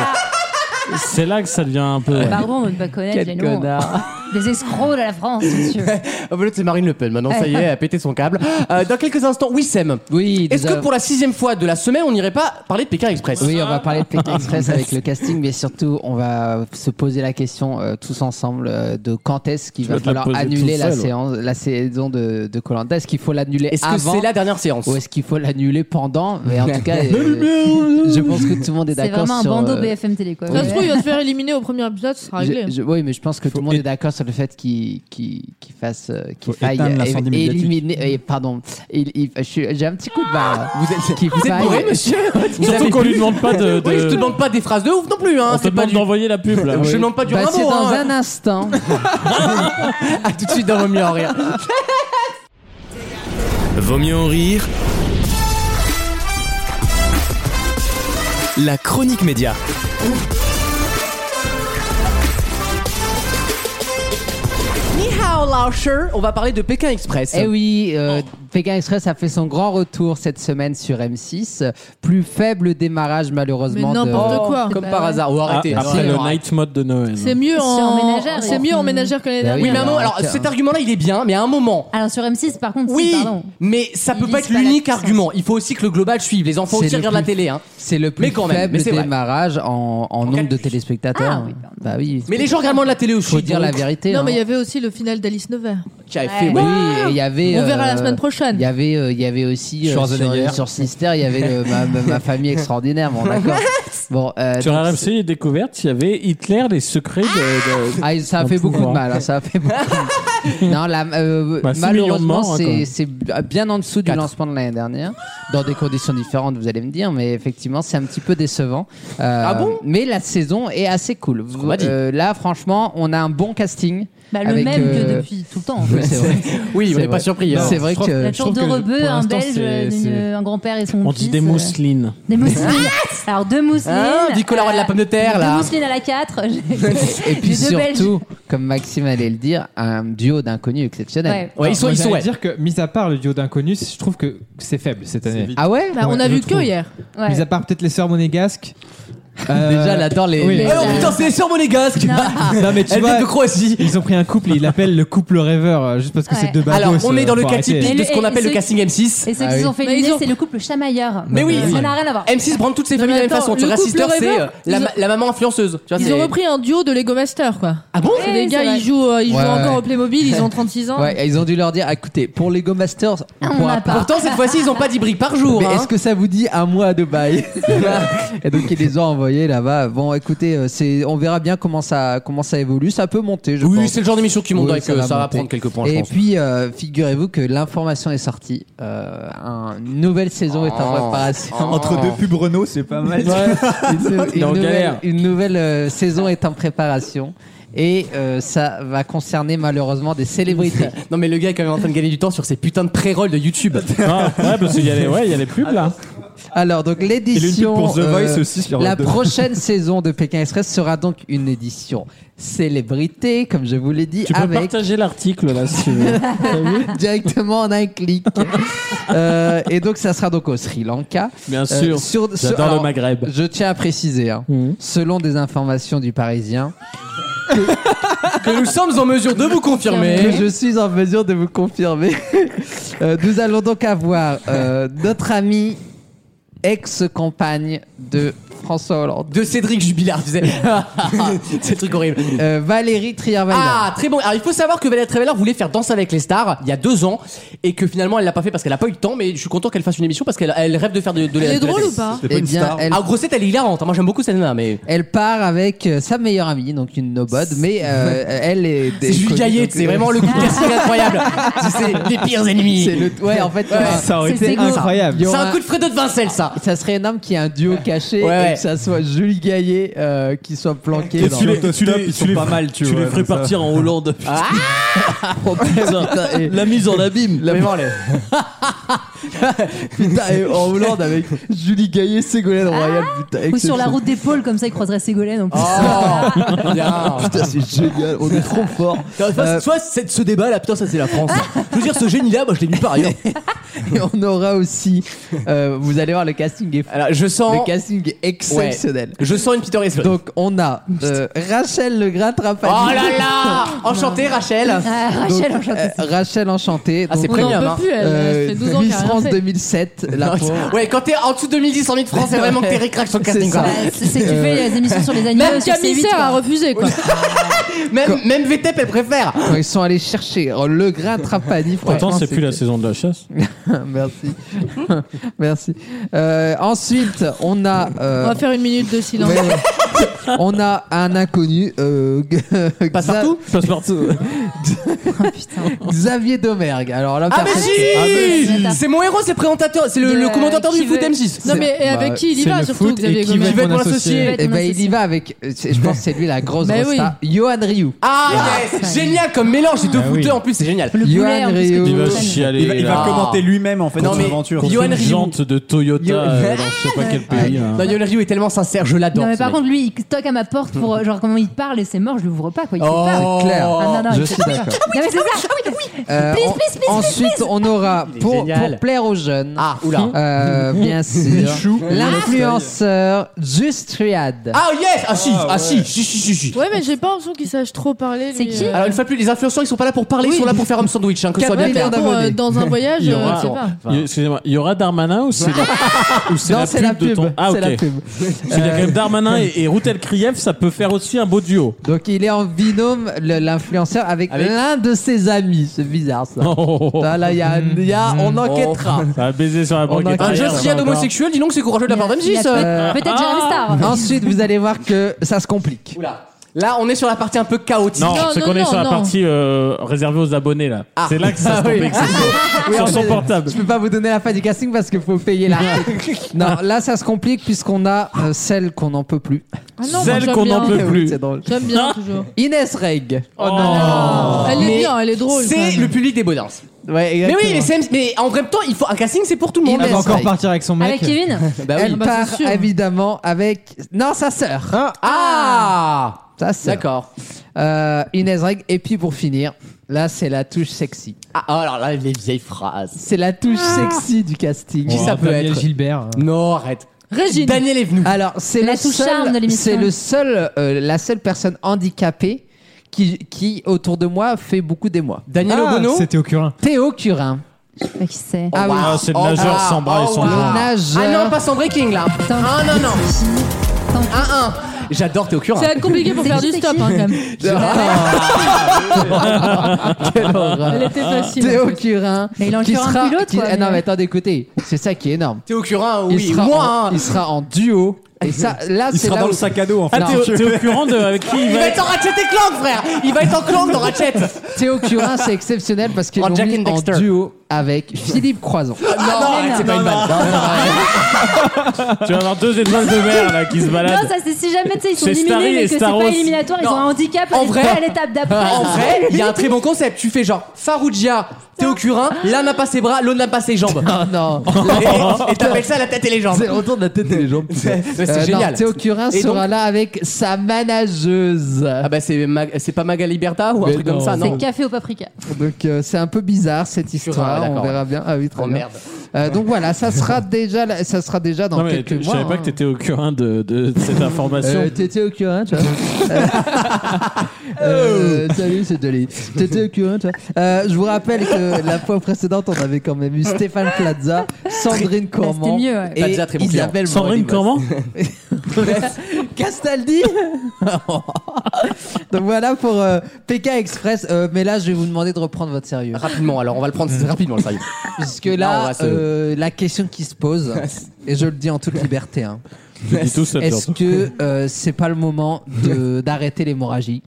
[SPEAKER 3] C'est là que ça devient un peu.
[SPEAKER 8] Pardon, Bah, on ne pas connaître
[SPEAKER 2] Quel
[SPEAKER 8] les noms.
[SPEAKER 2] connard.
[SPEAKER 8] Des escrocs de la France, monsieur.
[SPEAKER 2] Ah, bah, L'autre c'est Marine Le Pen. Maintenant ça y est, elle a pété son câble. Euh, dans quelques instants, Wissem.
[SPEAKER 4] Oui.
[SPEAKER 2] Est-ce
[SPEAKER 4] déjà-
[SPEAKER 2] que pour la sixième fois de la semaine, on n'irait pas parler de Pékin Express
[SPEAKER 4] Oui, on va parler de Pékin
[SPEAKER 2] Ah,
[SPEAKER 4] Express avec le casting, mais surtout, on va se poser la question euh, tous ensemble euh, de quand est-ce qu'il
[SPEAKER 2] Tu
[SPEAKER 4] va
[SPEAKER 2] vas te la
[SPEAKER 4] falloir
[SPEAKER 2] poser
[SPEAKER 4] annuler
[SPEAKER 2] tout
[SPEAKER 4] la,
[SPEAKER 2] seul.
[SPEAKER 4] séance, la saison de, de Colanta. Est-ce qu'il faut l'annuler
[SPEAKER 2] Est-ce que
[SPEAKER 4] avant
[SPEAKER 2] c'est la dernière séance
[SPEAKER 4] Ou est-ce qu'il faut l'annuler pendant Mais en tout cas,
[SPEAKER 2] oh,
[SPEAKER 4] euh, je pense que tout le monde est
[SPEAKER 8] C'est
[SPEAKER 4] d'accord sur.
[SPEAKER 8] vraiment un bandeau
[SPEAKER 4] euh,
[SPEAKER 8] BFM Télé, quoi.
[SPEAKER 10] Ça se trouve, il va se faire éliminer au premier épisode, ce sera réglé.
[SPEAKER 4] je- je- oui, mais je pense que tout le monde est d'accord sur le fait qu'il qu'il- qu'il fasse, euh, qu'il
[SPEAKER 5] Faut
[SPEAKER 4] faille
[SPEAKER 5] éteindre
[SPEAKER 4] euh,
[SPEAKER 5] l'incendie
[SPEAKER 4] é-
[SPEAKER 5] médiatique.
[SPEAKER 4] éliminer. euh, pardon, Il- il- je suis- j'ai un petit coup de barre. Vous êtes, qu'il
[SPEAKER 2] Vous êtes
[SPEAKER 4] faille-
[SPEAKER 2] bourré, Bah, monsieur
[SPEAKER 3] Surtout qu'on lui demande pas de. de-
[SPEAKER 2] Oui, je te demande pas des phrases de ouf non plus. Hein.
[SPEAKER 3] on te
[SPEAKER 2] C'est pas
[SPEAKER 3] demande
[SPEAKER 2] du.
[SPEAKER 3] d'envoyer la pub. Là.
[SPEAKER 2] Je te demande pas du
[SPEAKER 4] Bah, c'est
[SPEAKER 2] Rambo.
[SPEAKER 4] dans
[SPEAKER 2] hein.
[SPEAKER 4] un instant.
[SPEAKER 2] À tout de suite dans le mieux en rire.
[SPEAKER 15] Vaut mieux en rire. La chronique média.
[SPEAKER 2] Ni hao lao shu, on va parler de Pékin Express.
[SPEAKER 4] Eh oui, euh, Pékin Express a fait son grand retour cette semaine sur M6. euh, Plus faible démarrage malheureusement.
[SPEAKER 10] Mais n'importe
[SPEAKER 4] de-
[SPEAKER 10] quoi.
[SPEAKER 2] Oh, Comme
[SPEAKER 10] Bah
[SPEAKER 2] par
[SPEAKER 10] ouais.
[SPEAKER 2] hasard. Oh, arrêtez.
[SPEAKER 3] Ah, après
[SPEAKER 2] C'est
[SPEAKER 3] le
[SPEAKER 2] vrai.
[SPEAKER 3] night mode de Noël.
[SPEAKER 10] C'est mieux
[SPEAKER 8] C'est en
[SPEAKER 10] en
[SPEAKER 8] ménagère,
[SPEAKER 10] c'est
[SPEAKER 8] oui.
[SPEAKER 10] mieux en ménagère que l'année
[SPEAKER 4] Bah
[SPEAKER 10] dernière.
[SPEAKER 2] hein. Oui, mais à un
[SPEAKER 4] alors,
[SPEAKER 2] moment, alors
[SPEAKER 4] tiens.
[SPEAKER 2] cet argument-là, il est bien, mais à un moment.
[SPEAKER 8] Alors sur M6, par contre,
[SPEAKER 2] Oui,
[SPEAKER 8] si, pardon.
[SPEAKER 2] mais ça peut
[SPEAKER 8] Ils
[SPEAKER 2] pas
[SPEAKER 8] lisent
[SPEAKER 2] être
[SPEAKER 8] pas la
[SPEAKER 2] l'unique
[SPEAKER 8] puissance.
[SPEAKER 2] argument. Il faut aussi que le global suive. Les enfants
[SPEAKER 4] C'est
[SPEAKER 2] aussi
[SPEAKER 4] le
[SPEAKER 2] regardent la
[SPEAKER 4] plus-
[SPEAKER 2] télé. Hein.
[SPEAKER 4] C'est le plus
[SPEAKER 2] Mais quand même,
[SPEAKER 4] faible
[SPEAKER 2] mais c'est vrai.
[SPEAKER 4] démarrage en, en nombre de téléspectateurs.
[SPEAKER 8] Ah oui, pardon.
[SPEAKER 4] bah oui.
[SPEAKER 2] Mais les gens regardent moins de la télé aussi.
[SPEAKER 4] faut dire la
[SPEAKER 2] donc,
[SPEAKER 4] vérité.
[SPEAKER 10] Non,
[SPEAKER 4] hein.
[SPEAKER 10] mais il y avait aussi le final d'Alice Nevers.
[SPEAKER 2] qui a fait-
[SPEAKER 4] Oui, et il y avait.
[SPEAKER 10] On verra la
[SPEAKER 4] euh,
[SPEAKER 10] semaine prochaine.
[SPEAKER 4] Il y avait, euh, il y avait aussi euh,
[SPEAKER 5] Schwarzenegger.
[SPEAKER 4] sur, sur Sister, il y avait le- ma, ma- ma famille extraordinaire. Bon, d'accord. Bon, euh,
[SPEAKER 3] Sur
[SPEAKER 4] donc,
[SPEAKER 3] RMC, les découvertes, il y avait Hitler, les secrets de. de-
[SPEAKER 4] Ah, et ça a
[SPEAKER 3] On
[SPEAKER 4] fait
[SPEAKER 3] peut
[SPEAKER 4] beaucoup de
[SPEAKER 3] voir.
[SPEAKER 4] mal. hein, ça a fait beaucoup. de mal. non, la- euh,
[SPEAKER 3] Bah, six millions de
[SPEAKER 4] malheureusement,
[SPEAKER 3] morts, hein, quand
[SPEAKER 4] c'est
[SPEAKER 3] même.
[SPEAKER 4] c'est bien en dessous du lancement de l'année dernière, dans des conditions différentes, vous allez me dire, mais effectivement, c'est un petit peu décevant. Euh,
[SPEAKER 2] Ah bon
[SPEAKER 4] Mais la saison est assez cool.
[SPEAKER 2] qu'on m'a dit.
[SPEAKER 4] Euh, là, franchement, on a un bon casting.
[SPEAKER 8] Bah, le
[SPEAKER 4] Avec,
[SPEAKER 8] même que
[SPEAKER 4] euh,
[SPEAKER 8] depuis tout le temps. en fait.
[SPEAKER 4] Oui, c'est vrai.
[SPEAKER 2] Oui, on
[SPEAKER 4] C'est
[SPEAKER 2] n'est pas
[SPEAKER 4] vrai.
[SPEAKER 2] surpris. hein.
[SPEAKER 4] C'est vrai
[SPEAKER 7] je trouve-
[SPEAKER 8] Il y
[SPEAKER 4] que
[SPEAKER 8] a toujours deux
[SPEAKER 7] que pour
[SPEAKER 8] rebeux, un
[SPEAKER 7] l'instant,
[SPEAKER 8] belge,
[SPEAKER 7] c'est-
[SPEAKER 8] d'une-
[SPEAKER 7] c'est-
[SPEAKER 8] un grand-père et son
[SPEAKER 3] On
[SPEAKER 8] fils.
[SPEAKER 3] dit des
[SPEAKER 8] euh,
[SPEAKER 3] mousselines.
[SPEAKER 8] Des mousselines. Alors deux mousselines.
[SPEAKER 2] Hein, Ah du Nicolas Roy de la
[SPEAKER 8] euh,
[SPEAKER 2] pomme de terre,
[SPEAKER 8] deux
[SPEAKER 2] là.
[SPEAKER 8] mousselines à la 4.
[SPEAKER 4] Et puis surtout, comme Maxime allait le dire, un duo d'inconnus exceptionnel.
[SPEAKER 8] Ouais.
[SPEAKER 2] Ouais, Bah, ils sont,
[SPEAKER 7] Moi,
[SPEAKER 2] ils sont.
[SPEAKER 7] j'allais
[SPEAKER 2] Ouais.
[SPEAKER 7] dire que, mis à part le duo d'inconnus, je trouve que c'est faible cette année.
[SPEAKER 4] Ah ouais
[SPEAKER 10] Bah, on a
[SPEAKER 7] je
[SPEAKER 10] vu que
[SPEAKER 7] trouve.
[SPEAKER 10] hier.
[SPEAKER 8] Ouais.
[SPEAKER 7] Mis à part peut-être les sœurs monégasques. Euh,
[SPEAKER 4] Déjà, elle adore les.
[SPEAKER 3] Euh,
[SPEAKER 7] oui.
[SPEAKER 4] les-
[SPEAKER 2] Eh oh, putain, c'est les sœurs monégasques.
[SPEAKER 7] Non, mais tu
[SPEAKER 2] Elles
[SPEAKER 7] vois,
[SPEAKER 2] viennent de Croatie.
[SPEAKER 7] Ils ont pris un couple et ils l'appellent le couple rêveur euh, juste parce que
[SPEAKER 8] Ouais.
[SPEAKER 7] c'est deux
[SPEAKER 4] Bah,
[SPEAKER 7] badauds.
[SPEAKER 2] Alors, on est
[SPEAKER 4] euh,
[SPEAKER 2] dans le
[SPEAKER 7] faut
[SPEAKER 2] cas
[SPEAKER 7] arrêter.
[SPEAKER 2] typique de ce qu'on
[SPEAKER 8] Et le-
[SPEAKER 2] appelle le
[SPEAKER 8] et
[SPEAKER 2] casting M6.
[SPEAKER 8] Et ceux
[SPEAKER 7] Ah
[SPEAKER 8] qui
[SPEAKER 7] oui.
[SPEAKER 8] sont fait
[SPEAKER 10] Mais
[SPEAKER 8] éliminer,
[SPEAKER 10] ils ont-
[SPEAKER 8] c'est le couple chamailleur.
[SPEAKER 2] Mais oui.
[SPEAKER 8] Ça n'a rien à voir.
[SPEAKER 2] M6 prend toutes ses
[SPEAKER 10] Non,
[SPEAKER 2] familles de
[SPEAKER 10] mais
[SPEAKER 2] la même
[SPEAKER 10] attends,
[SPEAKER 2] façon.
[SPEAKER 10] le
[SPEAKER 2] Tu vois,
[SPEAKER 10] couple
[SPEAKER 2] Sister, c'est euh,
[SPEAKER 10] rêveur,
[SPEAKER 2] la
[SPEAKER 10] ils
[SPEAKER 2] ma-
[SPEAKER 10] ont-
[SPEAKER 2] la maman influenceuse. Tu vois,
[SPEAKER 10] Ils
[SPEAKER 2] c'est-
[SPEAKER 10] ont repris un duo de Lego Master, quoi.
[SPEAKER 2] Ah bon
[SPEAKER 10] C'est
[SPEAKER 8] Eh,
[SPEAKER 10] des
[SPEAKER 8] c'est
[SPEAKER 10] gars,
[SPEAKER 8] vrai.
[SPEAKER 10] ils jouent, euh, ils jouent
[SPEAKER 4] Ouais,
[SPEAKER 10] encore
[SPEAKER 4] ouais.
[SPEAKER 10] au Playmobil, ils ont 36 ans.
[SPEAKER 4] Ouais, ils ont dû leur dire écoutez, pour Lego Masters, on
[SPEAKER 8] On
[SPEAKER 4] pourra
[SPEAKER 8] n'a
[SPEAKER 4] pas.
[SPEAKER 8] pas.
[SPEAKER 2] Pourtant, cette fois-ci, ils ont pas 10 briques par jour.
[SPEAKER 4] Mais
[SPEAKER 2] hein.
[SPEAKER 4] est-ce que ça vous dit un mois à Dubaï Et donc ils les ont envoyés là-bas. Bon, écoutez, euh, c'est, on verra bien comment ça, comment ça évolue. Ça peut monter, je
[SPEAKER 2] Oui,
[SPEAKER 4] pense.
[SPEAKER 2] c'est le genre d'émission qui monte
[SPEAKER 4] Oui,
[SPEAKER 2] avec euh, ça va
[SPEAKER 4] monter.
[SPEAKER 2] prendre quelques points, je
[SPEAKER 4] Et
[SPEAKER 2] pense.
[SPEAKER 4] puis, euh, figurez-vous que l'information est sortie. Euh, un- une nouvelle saison est en
[SPEAKER 2] Oh.
[SPEAKER 4] préparation.
[SPEAKER 5] Entre deux pubs Renault, c'est pas mal.
[SPEAKER 4] une,
[SPEAKER 3] Il est en
[SPEAKER 4] une nouvelle,
[SPEAKER 3] galère.
[SPEAKER 4] une nouvelle, euh, saison est en préparation. Et euh, ça va concerner malheureusement des célébrités.
[SPEAKER 2] Non mais le gars est quand même en train de gagner du temps sur ces putains de pré-rolls de YouTube.
[SPEAKER 3] Ah, ouais, parce qu'il y a les, ouais, il y a les pubs là.
[SPEAKER 4] Alors donc
[SPEAKER 5] Et une pub
[SPEAKER 4] l'édition
[SPEAKER 5] pour The
[SPEAKER 4] euh,
[SPEAKER 5] Voice aussi, je leur
[SPEAKER 4] La
[SPEAKER 5] donne.
[SPEAKER 4] prochaine saison de Pékin Express sera donc une édition célébrité, comme je vous l'ai dit,
[SPEAKER 3] Tu peux
[SPEAKER 4] avec
[SPEAKER 3] partager l'article là si tu veux.
[SPEAKER 4] directement en un clic. Euh, et donc ça sera donc au Sri Lanka.
[SPEAKER 3] Bien
[SPEAKER 4] Euh,
[SPEAKER 3] sûr.
[SPEAKER 4] sur- sur-
[SPEAKER 3] J'adore
[SPEAKER 4] alors,
[SPEAKER 3] le Maghreb.
[SPEAKER 5] Mm.
[SPEAKER 4] Je tiens à préciser, hein,
[SPEAKER 3] Mhm.
[SPEAKER 4] selon des informations du Parisien,
[SPEAKER 2] que nous sommes en mesure de vous confirmer.
[SPEAKER 4] Que je suis en mesure de vous confirmer. Euh, nous allons donc avoir euh, notre ami ex-compagne de François Hollande.
[SPEAKER 2] De Cédric Jubilard, tu sais. C'est truc horrible.
[SPEAKER 4] euh, Valérie Trierweiler.
[SPEAKER 2] Ah, très bon. Alors, il faut savoir que Valérie Trierweiler voulait faire Danse avec les stars il y a deux ans et que finalement elle l'a pas fait parce qu'elle a pas eu le temps. Mais je suis content qu'elle fasse une émission parce qu'elle elle rêve de faire de, de la.
[SPEAKER 4] Elle est
[SPEAKER 2] de la
[SPEAKER 4] drôle
[SPEAKER 2] télé.
[SPEAKER 4] ou pas C'était pas une Eh bien, star. elle-
[SPEAKER 2] Ah, grossette, elle est hilarante. Moi, j'aime beaucoup cette nana, mais.
[SPEAKER 4] Elle part avec euh, sa meilleure amie, donc une nobode, mais euh, elle est.
[SPEAKER 2] C'est Julie Gaillet, c'est vraiment le coup de casting incroyable. euh, Tu sais, les pires ennemis.
[SPEAKER 4] euh, C'est le. Ouais, en fait,
[SPEAKER 2] Ouais. Ça aurait C'est été Sego. incroyable.
[SPEAKER 4] Il y
[SPEAKER 2] C'est un coup de Fredo de Vincel, ça.
[SPEAKER 4] Ça serait énorme qu'il y ait un duo
[SPEAKER 2] Ouais,
[SPEAKER 4] caché et
[SPEAKER 2] ouais.
[SPEAKER 4] que ça soit Julie Gaillet euh, qui soit planquée.
[SPEAKER 5] Et
[SPEAKER 4] dans-
[SPEAKER 5] tu les- tu les- tu les- tu les ferais partir en
[SPEAKER 4] Hollande.
[SPEAKER 5] Oh, putain, et- La mise en abîme.
[SPEAKER 4] La Putain, et en Hollande avec Julie Gaillet, Ségolène Royal, putain.
[SPEAKER 8] Ou sur
[SPEAKER 4] exception.
[SPEAKER 8] la route des pôles, comme ça, il croiserait Ségolène
[SPEAKER 2] Oh,
[SPEAKER 8] en plus.
[SPEAKER 2] Ah.
[SPEAKER 4] Putain, c'est génial, on est trop fort.
[SPEAKER 2] Soit c'est- ce débat là, putain, ça c'est la France. Je veux dire, ce génie là, moi je l'ai mis par ailleurs.
[SPEAKER 4] Et on aura aussi. euh, vous allez voir, le casting est.
[SPEAKER 2] Alors, je sens.
[SPEAKER 4] Le casting est exceptionnel.
[SPEAKER 2] Je sens une petite risque.
[SPEAKER 4] Donc, on a euh, Rachel Le Gras Trapani.
[SPEAKER 2] Oh là là Enchantée, Rachel. Ah, Rachel,
[SPEAKER 4] Donc,
[SPEAKER 2] enchantée.
[SPEAKER 4] euh, Rachel enchantée.
[SPEAKER 2] Ah, c'est
[SPEAKER 4] Donc,
[SPEAKER 2] premium, On n'en peut hein. plus, elle, elle fait 12 ans qu'elle
[SPEAKER 4] Miss
[SPEAKER 2] a rien
[SPEAKER 4] France
[SPEAKER 2] fait.
[SPEAKER 4] 2007, la
[SPEAKER 2] Non,
[SPEAKER 4] pauvre.
[SPEAKER 2] Ouais, quand t'es en dessous de 2010 en 1000 francs, c'est vraiment que t'es ricrac sur le
[SPEAKER 4] C'est
[SPEAKER 2] casting.
[SPEAKER 4] ça.
[SPEAKER 8] Bah,
[SPEAKER 2] quoi.
[SPEAKER 4] Ouais, c'est- c'est que tu fais Euh, les émissions sur les animaux,
[SPEAKER 10] Même
[SPEAKER 4] sur C8,
[SPEAKER 10] Camissaire a
[SPEAKER 4] quoi.
[SPEAKER 10] refusé, quoi.
[SPEAKER 2] Même, même VTEP, elle préfère.
[SPEAKER 4] Quand ils sont allés chercher euh, Le Gras Trapani,
[SPEAKER 3] Pourtant,
[SPEAKER 4] franchement,
[SPEAKER 3] c'est plus la saison de la chasse.
[SPEAKER 4] Merci. Merci. Euh, ensuite, on a. euh,
[SPEAKER 10] On va faire une minute de silence.
[SPEAKER 4] Ouais, ouais. On a un inconnu. Euh, Passepartout
[SPEAKER 3] Passepartout.
[SPEAKER 2] Oh,
[SPEAKER 4] Xavier Domergue. Alors là,
[SPEAKER 2] Ah, mais
[SPEAKER 4] personne-
[SPEAKER 2] si
[SPEAKER 4] Ah, mais si.
[SPEAKER 2] C'est mon héros, c'est le présentateur, c'est le,
[SPEAKER 4] De-
[SPEAKER 2] le commentateur
[SPEAKER 4] qui
[SPEAKER 2] du foot
[SPEAKER 4] veut-
[SPEAKER 2] M6.
[SPEAKER 10] Non, mais et avec qui il y va, surtout, Xavier Gomez
[SPEAKER 2] va être mon associé
[SPEAKER 4] Eh ben, il y va avec. euh, c'est- Je pense que c'est lui la grosse
[SPEAKER 10] Mais
[SPEAKER 4] grosse
[SPEAKER 10] oui.
[SPEAKER 4] star. Johan Ryu.
[SPEAKER 2] Ah, yes Génial comme mélange, c'est deux footeurs en plus, c'est génial.
[SPEAKER 4] Johan Ryu.
[SPEAKER 3] Il va chialer.
[SPEAKER 5] Il va- il va
[SPEAKER 3] là.
[SPEAKER 5] commenter lui-même, en fait,
[SPEAKER 2] Non,
[SPEAKER 5] son
[SPEAKER 2] mais
[SPEAKER 5] aventure.
[SPEAKER 3] Contre
[SPEAKER 2] Johan
[SPEAKER 3] une
[SPEAKER 2] Rioux.
[SPEAKER 3] jante de Toyota euh, dans je sais pas quel pays. hein.
[SPEAKER 2] Non, Yoann Ryu est tellement sincère, je l'adore.
[SPEAKER 8] Non, mais
[SPEAKER 2] ce
[SPEAKER 8] par
[SPEAKER 2] mec.
[SPEAKER 8] contre, lui, il toque à ma porte pour euh, genre comment il parle et c'est mort, je l'ouvre pas quoi. Il fait
[SPEAKER 2] Oh,
[SPEAKER 8] peur.
[SPEAKER 2] c'est clair.
[SPEAKER 8] Ah, non, non,
[SPEAKER 4] Je
[SPEAKER 8] il fait
[SPEAKER 4] suis
[SPEAKER 8] peur.
[SPEAKER 4] d'accord.
[SPEAKER 8] Non, mais c'est ça.
[SPEAKER 4] Euh,
[SPEAKER 8] Please,
[SPEAKER 4] on-
[SPEAKER 8] please, please,
[SPEAKER 4] ensuite,
[SPEAKER 8] please, please.
[SPEAKER 4] on aura
[SPEAKER 8] Il est
[SPEAKER 4] pour,
[SPEAKER 8] génial.
[SPEAKER 4] pour plaire aux jeunes.
[SPEAKER 2] Ah, oula.
[SPEAKER 4] euh, bien sûr.
[SPEAKER 2] Michou.
[SPEAKER 4] L'influenceur Justriad.
[SPEAKER 2] Ah, yes Ah, si, ah, si, si, si, si, si.
[SPEAKER 10] Ouais, mais j'ai pas l'impression qu'il sache trop parler. lui. Euh,
[SPEAKER 2] Alors, une fois de plus, les influenceurs, ils sont pas là pour parler, ils sont là pour faire un sandwich, hein, que ce soit bien
[SPEAKER 10] Quatre
[SPEAKER 2] clair.
[SPEAKER 10] millions d'abonnés. Pour, euh, dans un voyage,
[SPEAKER 3] Il y
[SPEAKER 10] euh,
[SPEAKER 3] aura-
[SPEAKER 10] je sais pas.
[SPEAKER 3] il y- Excusez-moi, il y aura Darmanin ou c'est la, ou
[SPEAKER 4] Non, c'est la
[SPEAKER 3] de
[SPEAKER 4] pub,
[SPEAKER 3] ton- Ah,
[SPEAKER 4] c'est la
[SPEAKER 3] ok.
[SPEAKER 4] pub.
[SPEAKER 3] Parce qu'il y a quand
[SPEAKER 4] Euh,
[SPEAKER 3] même Darmanin et, et Routel Krief, ça peut faire aussi un beau duo.
[SPEAKER 4] Donc il est en binôme, le- l'influenceur, avec,
[SPEAKER 3] Avec- Oh,
[SPEAKER 4] l'un de ses amis. C'est bizarre ça. Ça, là, il y a, il y a- on enquêtera.
[SPEAKER 3] Ça va baiser sur la
[SPEAKER 4] On
[SPEAKER 3] banquette. Ah,
[SPEAKER 2] Un
[SPEAKER 4] enquête.
[SPEAKER 2] jeune triade homosexuel, dis donc, c'est courageux de la part d'M6. euh.
[SPEAKER 8] Ah.
[SPEAKER 4] Ensuite, vous allez voir que ça se complique.
[SPEAKER 2] Oula. Là, on est sur la partie un peu chaotique.
[SPEAKER 3] Non, c'est qu'on est sur la partie euh, réservée aux abonnés là. C'est là que ça se
[SPEAKER 4] Ah oui.
[SPEAKER 3] complique. c'est
[SPEAKER 4] Oui,
[SPEAKER 3] sur-
[SPEAKER 4] en
[SPEAKER 3] Sur son
[SPEAKER 4] fait,
[SPEAKER 3] portable.
[SPEAKER 4] Je peux pas vous donner la fin du casting parce qu'il faut payer la. non, là ça se complique puisqu'on a euh, celle qu'on n'en peut plus.
[SPEAKER 10] Ah non, moi, Celle j'aime qu'on n'en bien. peut
[SPEAKER 4] Oui,
[SPEAKER 10] plus.
[SPEAKER 4] C'est drôle.
[SPEAKER 10] J'aime bien toujours.
[SPEAKER 4] Inès Reg.
[SPEAKER 10] Oh non. Elle est
[SPEAKER 2] Hein Mais
[SPEAKER 10] bien, elle est
[SPEAKER 8] Oh,
[SPEAKER 10] drôle. quand
[SPEAKER 2] C'est
[SPEAKER 10] même.
[SPEAKER 2] le public des Baudins.
[SPEAKER 4] Ouais,
[SPEAKER 2] Mais
[SPEAKER 4] exactement.
[SPEAKER 2] oui, mais, c'est- mais en même temps, il faut un casting, c'est pour tout le monde.
[SPEAKER 4] Inès Reg.
[SPEAKER 2] Bah oui.
[SPEAKER 4] Elle
[SPEAKER 2] Bah,
[SPEAKER 4] part
[SPEAKER 2] c'est sûr.
[SPEAKER 4] évidemment avec. Non, sa sœur.
[SPEAKER 2] Ah
[SPEAKER 4] Sa sœur.
[SPEAKER 2] D'accord.
[SPEAKER 4] Euh, Inès Reg. Et puis pour finir, là c'est la touche sexy.
[SPEAKER 2] Ah, oh, alors là, les vieilles phrases.
[SPEAKER 4] C'est la touche
[SPEAKER 2] Ah.
[SPEAKER 4] sexy du casting.
[SPEAKER 2] Qui ça peut
[SPEAKER 7] Daniel
[SPEAKER 2] être
[SPEAKER 7] Gilbert.
[SPEAKER 2] Non, arrête.
[SPEAKER 10] Régine.
[SPEAKER 2] Daniel Evenou.
[SPEAKER 4] Alors, c'est
[SPEAKER 8] La
[SPEAKER 4] le
[SPEAKER 8] touche
[SPEAKER 4] seul-
[SPEAKER 8] charme de l'émission.
[SPEAKER 4] C'est le seul, euh, la seule personne handicapée qui, qui, autour de moi, fait beaucoup d'émoi.
[SPEAKER 2] Daniel
[SPEAKER 7] Ah,
[SPEAKER 2] Obono
[SPEAKER 7] C'était au Curin.
[SPEAKER 4] Théo Curin.
[SPEAKER 8] Qui c'est
[SPEAKER 4] Ah oui.
[SPEAKER 3] Ah, c'est le nageur
[SPEAKER 2] Oh,
[SPEAKER 3] sans bras et sans
[SPEAKER 4] wow.
[SPEAKER 3] jambes.
[SPEAKER 4] Le nageur.
[SPEAKER 2] Ah non, pas sans breaking là. Ah non, non.
[SPEAKER 4] Ah,
[SPEAKER 2] 1-1. J'adore Théo Curin.
[SPEAKER 10] Ça va être compliqué pour faire du stop, hein, quand même.
[SPEAKER 2] Ah.
[SPEAKER 10] Elle était facile.
[SPEAKER 4] Théo Curin.
[SPEAKER 8] Mais il est en
[SPEAKER 4] qui
[SPEAKER 8] cuir en
[SPEAKER 4] sera-
[SPEAKER 8] culotte,
[SPEAKER 4] qui-
[SPEAKER 8] quoi,
[SPEAKER 4] ah non,
[SPEAKER 8] mais-
[SPEAKER 4] mais attendez, écoutez, c'est ça qui est énorme.
[SPEAKER 2] Théo Curin,
[SPEAKER 4] Il
[SPEAKER 2] oui,
[SPEAKER 4] sera
[SPEAKER 2] moi.
[SPEAKER 4] en-
[SPEAKER 2] hein.
[SPEAKER 4] il sera en duo. Et ça, là,
[SPEAKER 5] Il
[SPEAKER 4] c'est
[SPEAKER 5] sera
[SPEAKER 4] là
[SPEAKER 5] dans
[SPEAKER 4] où-
[SPEAKER 5] le sac à dos, en fait.
[SPEAKER 3] Ah,
[SPEAKER 4] Non.
[SPEAKER 3] t'es, au- t'es au courant de avec qui il
[SPEAKER 2] Il
[SPEAKER 3] va
[SPEAKER 2] va être en Ratchet et Clank, frère. Il va être en Clank dans Ratchet.
[SPEAKER 4] Théo Curin, c'est exceptionnel parce qu'ils
[SPEAKER 2] En
[SPEAKER 4] l'ont
[SPEAKER 2] Jack
[SPEAKER 4] mis
[SPEAKER 2] and
[SPEAKER 4] en
[SPEAKER 2] Dexter.
[SPEAKER 4] duo avec Philippe Croison.
[SPEAKER 2] Ah, non, arrête, c'est pas une balle.
[SPEAKER 3] Tu vas avoir deux étoiles de mer là qui se baladent.
[SPEAKER 8] Non, ça c'est si jamais tu sais, ils sont
[SPEAKER 3] C'est Starry
[SPEAKER 8] éliminés
[SPEAKER 3] et
[SPEAKER 8] mais que c'est
[SPEAKER 3] Star
[SPEAKER 8] pas
[SPEAKER 3] Wars.
[SPEAKER 8] éliminatoire, ils
[SPEAKER 2] Non.
[SPEAKER 8] ont un handicap,
[SPEAKER 2] En
[SPEAKER 8] ils
[SPEAKER 2] vrai-
[SPEAKER 8] sont à l'étape d'après.
[SPEAKER 2] En vrai, il y a un très bon concept. Tu fais genre Farougia, Théo Curin, l'un n'a pas ses bras, l'autre n'a pas ses jambes.
[SPEAKER 4] Ah non.
[SPEAKER 2] Et- Et t'appelles ça la tête et les jambes.
[SPEAKER 4] C'est autour de la tête et les jambes.
[SPEAKER 2] C'est c'est
[SPEAKER 4] Euh, non,
[SPEAKER 2] génial.
[SPEAKER 4] Théo Curin
[SPEAKER 2] Et donc-
[SPEAKER 4] sera là avec sa manageuse.
[SPEAKER 2] Ah bah c'est Mag- c'est pas Magali Bertha ou un
[SPEAKER 4] Mais
[SPEAKER 2] truc
[SPEAKER 10] Ah,
[SPEAKER 2] comme ça,
[SPEAKER 8] Ah, C'est
[SPEAKER 2] non
[SPEAKER 8] café au paprika.
[SPEAKER 4] Donc euh, c'est un peu bizarre cette
[SPEAKER 2] Curin,
[SPEAKER 4] histoire.
[SPEAKER 2] d'accord,
[SPEAKER 4] On verra
[SPEAKER 2] ouais.
[SPEAKER 4] bien. Ah oui, très
[SPEAKER 2] Oh
[SPEAKER 4] bien.
[SPEAKER 2] merde.
[SPEAKER 4] Euh, donc voilà, ça sera déjà, la- ça sera déjà dans
[SPEAKER 3] Non, mais
[SPEAKER 4] quelques
[SPEAKER 3] tu- je
[SPEAKER 4] mois.
[SPEAKER 3] savais pas
[SPEAKER 4] hein.
[SPEAKER 3] que t'étais au curin de, de cette information.
[SPEAKER 4] Euh, T'étais au curé, tu vois. Euh, salut, c'est Dolly. T'étais au curé, tu vois. Euh, je vous rappelle que la fois précédente, on avait quand même eu Stéphane Plaza, Sandrine
[SPEAKER 2] Bah, c'était
[SPEAKER 4] Cormand
[SPEAKER 2] mieux, ouais.
[SPEAKER 4] et
[SPEAKER 2] Plaza, très bon client.
[SPEAKER 4] Isabelle
[SPEAKER 2] Sandrine
[SPEAKER 4] Cormand Castaldi Donc voilà pour euh, PK Express. Euh, mais là, je vais vous demander de reprendre votre sérieux.
[SPEAKER 2] Rapidement, alors on va le prendre rapidement le sérieux.
[SPEAKER 4] Puisque
[SPEAKER 2] Non, on
[SPEAKER 4] là,
[SPEAKER 2] va se-
[SPEAKER 4] euh, la question qui se pose, et je le dis en toute liberté, hein.
[SPEAKER 3] Je dis tout ça,
[SPEAKER 4] est-ce
[SPEAKER 3] surtout.
[SPEAKER 4] que euh, c'est pas le moment de- d'arrêter l'hémorragie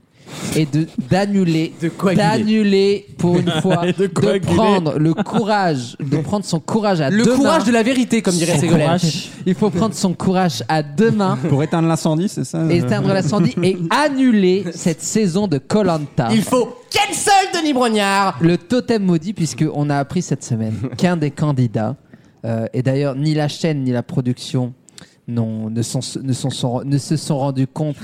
[SPEAKER 4] et de d'annuler,
[SPEAKER 2] coaguler.
[SPEAKER 4] d'annuler pour une fois,
[SPEAKER 2] Et de
[SPEAKER 4] de,
[SPEAKER 2] coaguler.
[SPEAKER 4] prendre le courage, de prendre son courage à
[SPEAKER 2] Le
[SPEAKER 4] deux mains.
[SPEAKER 2] courage de la vérité, comme dirait
[SPEAKER 4] Son
[SPEAKER 2] Ségolène.
[SPEAKER 4] courage. Il faut prendre son courage à deux mains.
[SPEAKER 5] Pour éteindre l'incendie, c'est ça euh,
[SPEAKER 4] et Éteindre l'incendie et annuler cette saison de Colanta.
[SPEAKER 2] Il faut cancel Denis Brognard
[SPEAKER 4] Le totem maudit, puisqu'on a appris cette semaine qu'un des candidats, euh, et d'ailleurs ni la chaîne ni la production n'ont- ne, sont, ne, sont- sont- ne se sont rendus compte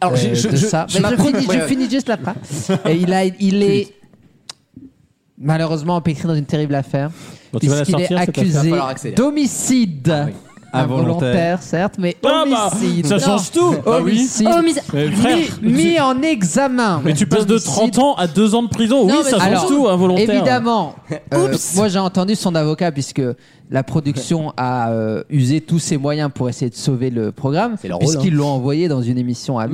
[SPEAKER 2] Alors,
[SPEAKER 4] euh,
[SPEAKER 2] je- je-
[SPEAKER 4] de
[SPEAKER 2] je-
[SPEAKER 4] ça.
[SPEAKER 2] je
[SPEAKER 4] Mais Je,
[SPEAKER 2] m'approprie-
[SPEAKER 4] finis,
[SPEAKER 2] ouais,
[SPEAKER 4] je
[SPEAKER 2] ouais.
[SPEAKER 4] finis juste la phrase. Et il, a, il est malheureusement empêtré dans une terrible affaire,
[SPEAKER 3] Bon, tu vas la
[SPEAKER 4] puisqu'il est
[SPEAKER 3] sortir, cette affaire.
[SPEAKER 4] accusé
[SPEAKER 3] Va falloir accélérer. Ah
[SPEAKER 4] d'homicide.
[SPEAKER 3] Involontaire.
[SPEAKER 4] Involontaire, certes, mais
[SPEAKER 3] Ah bah,
[SPEAKER 4] homicide.
[SPEAKER 3] ça change tout.
[SPEAKER 4] Oh,
[SPEAKER 3] Bah oui.
[SPEAKER 4] Homicide.
[SPEAKER 8] Oh,
[SPEAKER 3] Homicide. Mais frère,
[SPEAKER 4] Mis, mis en examen.
[SPEAKER 3] Mais tu passes de 30 ans à 2 ans de prison.
[SPEAKER 4] Non,
[SPEAKER 3] oui,
[SPEAKER 4] mais
[SPEAKER 3] ça change
[SPEAKER 4] alors,
[SPEAKER 3] tout, involontaire.
[SPEAKER 4] Évidemment. Euh, moi, j'ai entendu son avocat puisque la production a euh, usé tous ses moyens pour essayer de sauver le programme,
[SPEAKER 2] leur rôle,
[SPEAKER 4] puisqu'ils
[SPEAKER 2] hein. Bah,
[SPEAKER 4] l'ont envoyé dans Bah, une émission à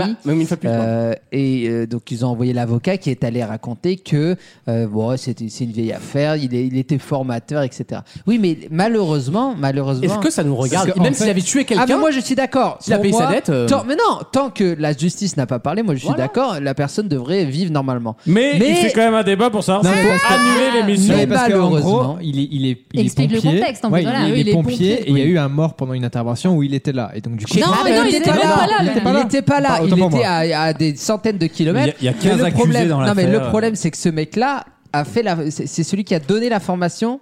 [SPEAKER 4] euh, et euh, donc ils ont envoyé l'avocat qui est allé raconter que euh, bon, c'était c'est une vieille affaire, il, est- il était formateur, etc. Oui, mais malheureusement, malheureusement.
[SPEAKER 2] Est-ce que ça nous regarde
[SPEAKER 4] Parce que,
[SPEAKER 2] Même
[SPEAKER 4] en
[SPEAKER 2] s'il
[SPEAKER 4] fait-
[SPEAKER 2] avait tué
[SPEAKER 4] Ah, mais
[SPEAKER 2] quelqu'un,
[SPEAKER 4] moi je suis d'accord.
[SPEAKER 2] s'il a
[SPEAKER 4] Pour
[SPEAKER 2] payé sa
[SPEAKER 4] moi,
[SPEAKER 2] dette, euh,
[SPEAKER 4] tant- mais non, tant que la justice n'a pas parlé, moi je suis d'accord. La personne devrait vivre normalement.
[SPEAKER 3] Mais, il fait quand même un débat pour savoir
[SPEAKER 4] Non,
[SPEAKER 3] si
[SPEAKER 4] mais
[SPEAKER 3] on
[SPEAKER 4] parce que-
[SPEAKER 3] annuler l'émission.
[SPEAKER 4] Mais
[SPEAKER 7] parce qu'en
[SPEAKER 4] malheureusement.
[SPEAKER 7] gros, il est, il est, il est
[SPEAKER 8] Explique le
[SPEAKER 7] pompier.
[SPEAKER 8] contexte, en fait,
[SPEAKER 7] Ouais,
[SPEAKER 8] voilà.
[SPEAKER 7] il, est,
[SPEAKER 8] Oui, il est
[SPEAKER 7] pompier,
[SPEAKER 8] pompier,
[SPEAKER 7] et il y a eu un mort pendant une intervention où il était là. Et donc, du coup,
[SPEAKER 4] Non, mais non, il était pas là. Il était pas là.
[SPEAKER 7] Autant
[SPEAKER 4] Il
[SPEAKER 7] pour
[SPEAKER 4] était
[SPEAKER 7] moi.
[SPEAKER 4] à, à des centaines de kilomètres.
[SPEAKER 7] Il y a- il
[SPEAKER 4] Mais
[SPEAKER 7] y a 15
[SPEAKER 4] le
[SPEAKER 7] accusés
[SPEAKER 4] problème,
[SPEAKER 7] dans
[SPEAKER 4] Non, mais le
[SPEAKER 7] l'affaire.
[SPEAKER 4] problème, c'est que ce mec-là a fait la. C'est c'est celui qui a donné la formation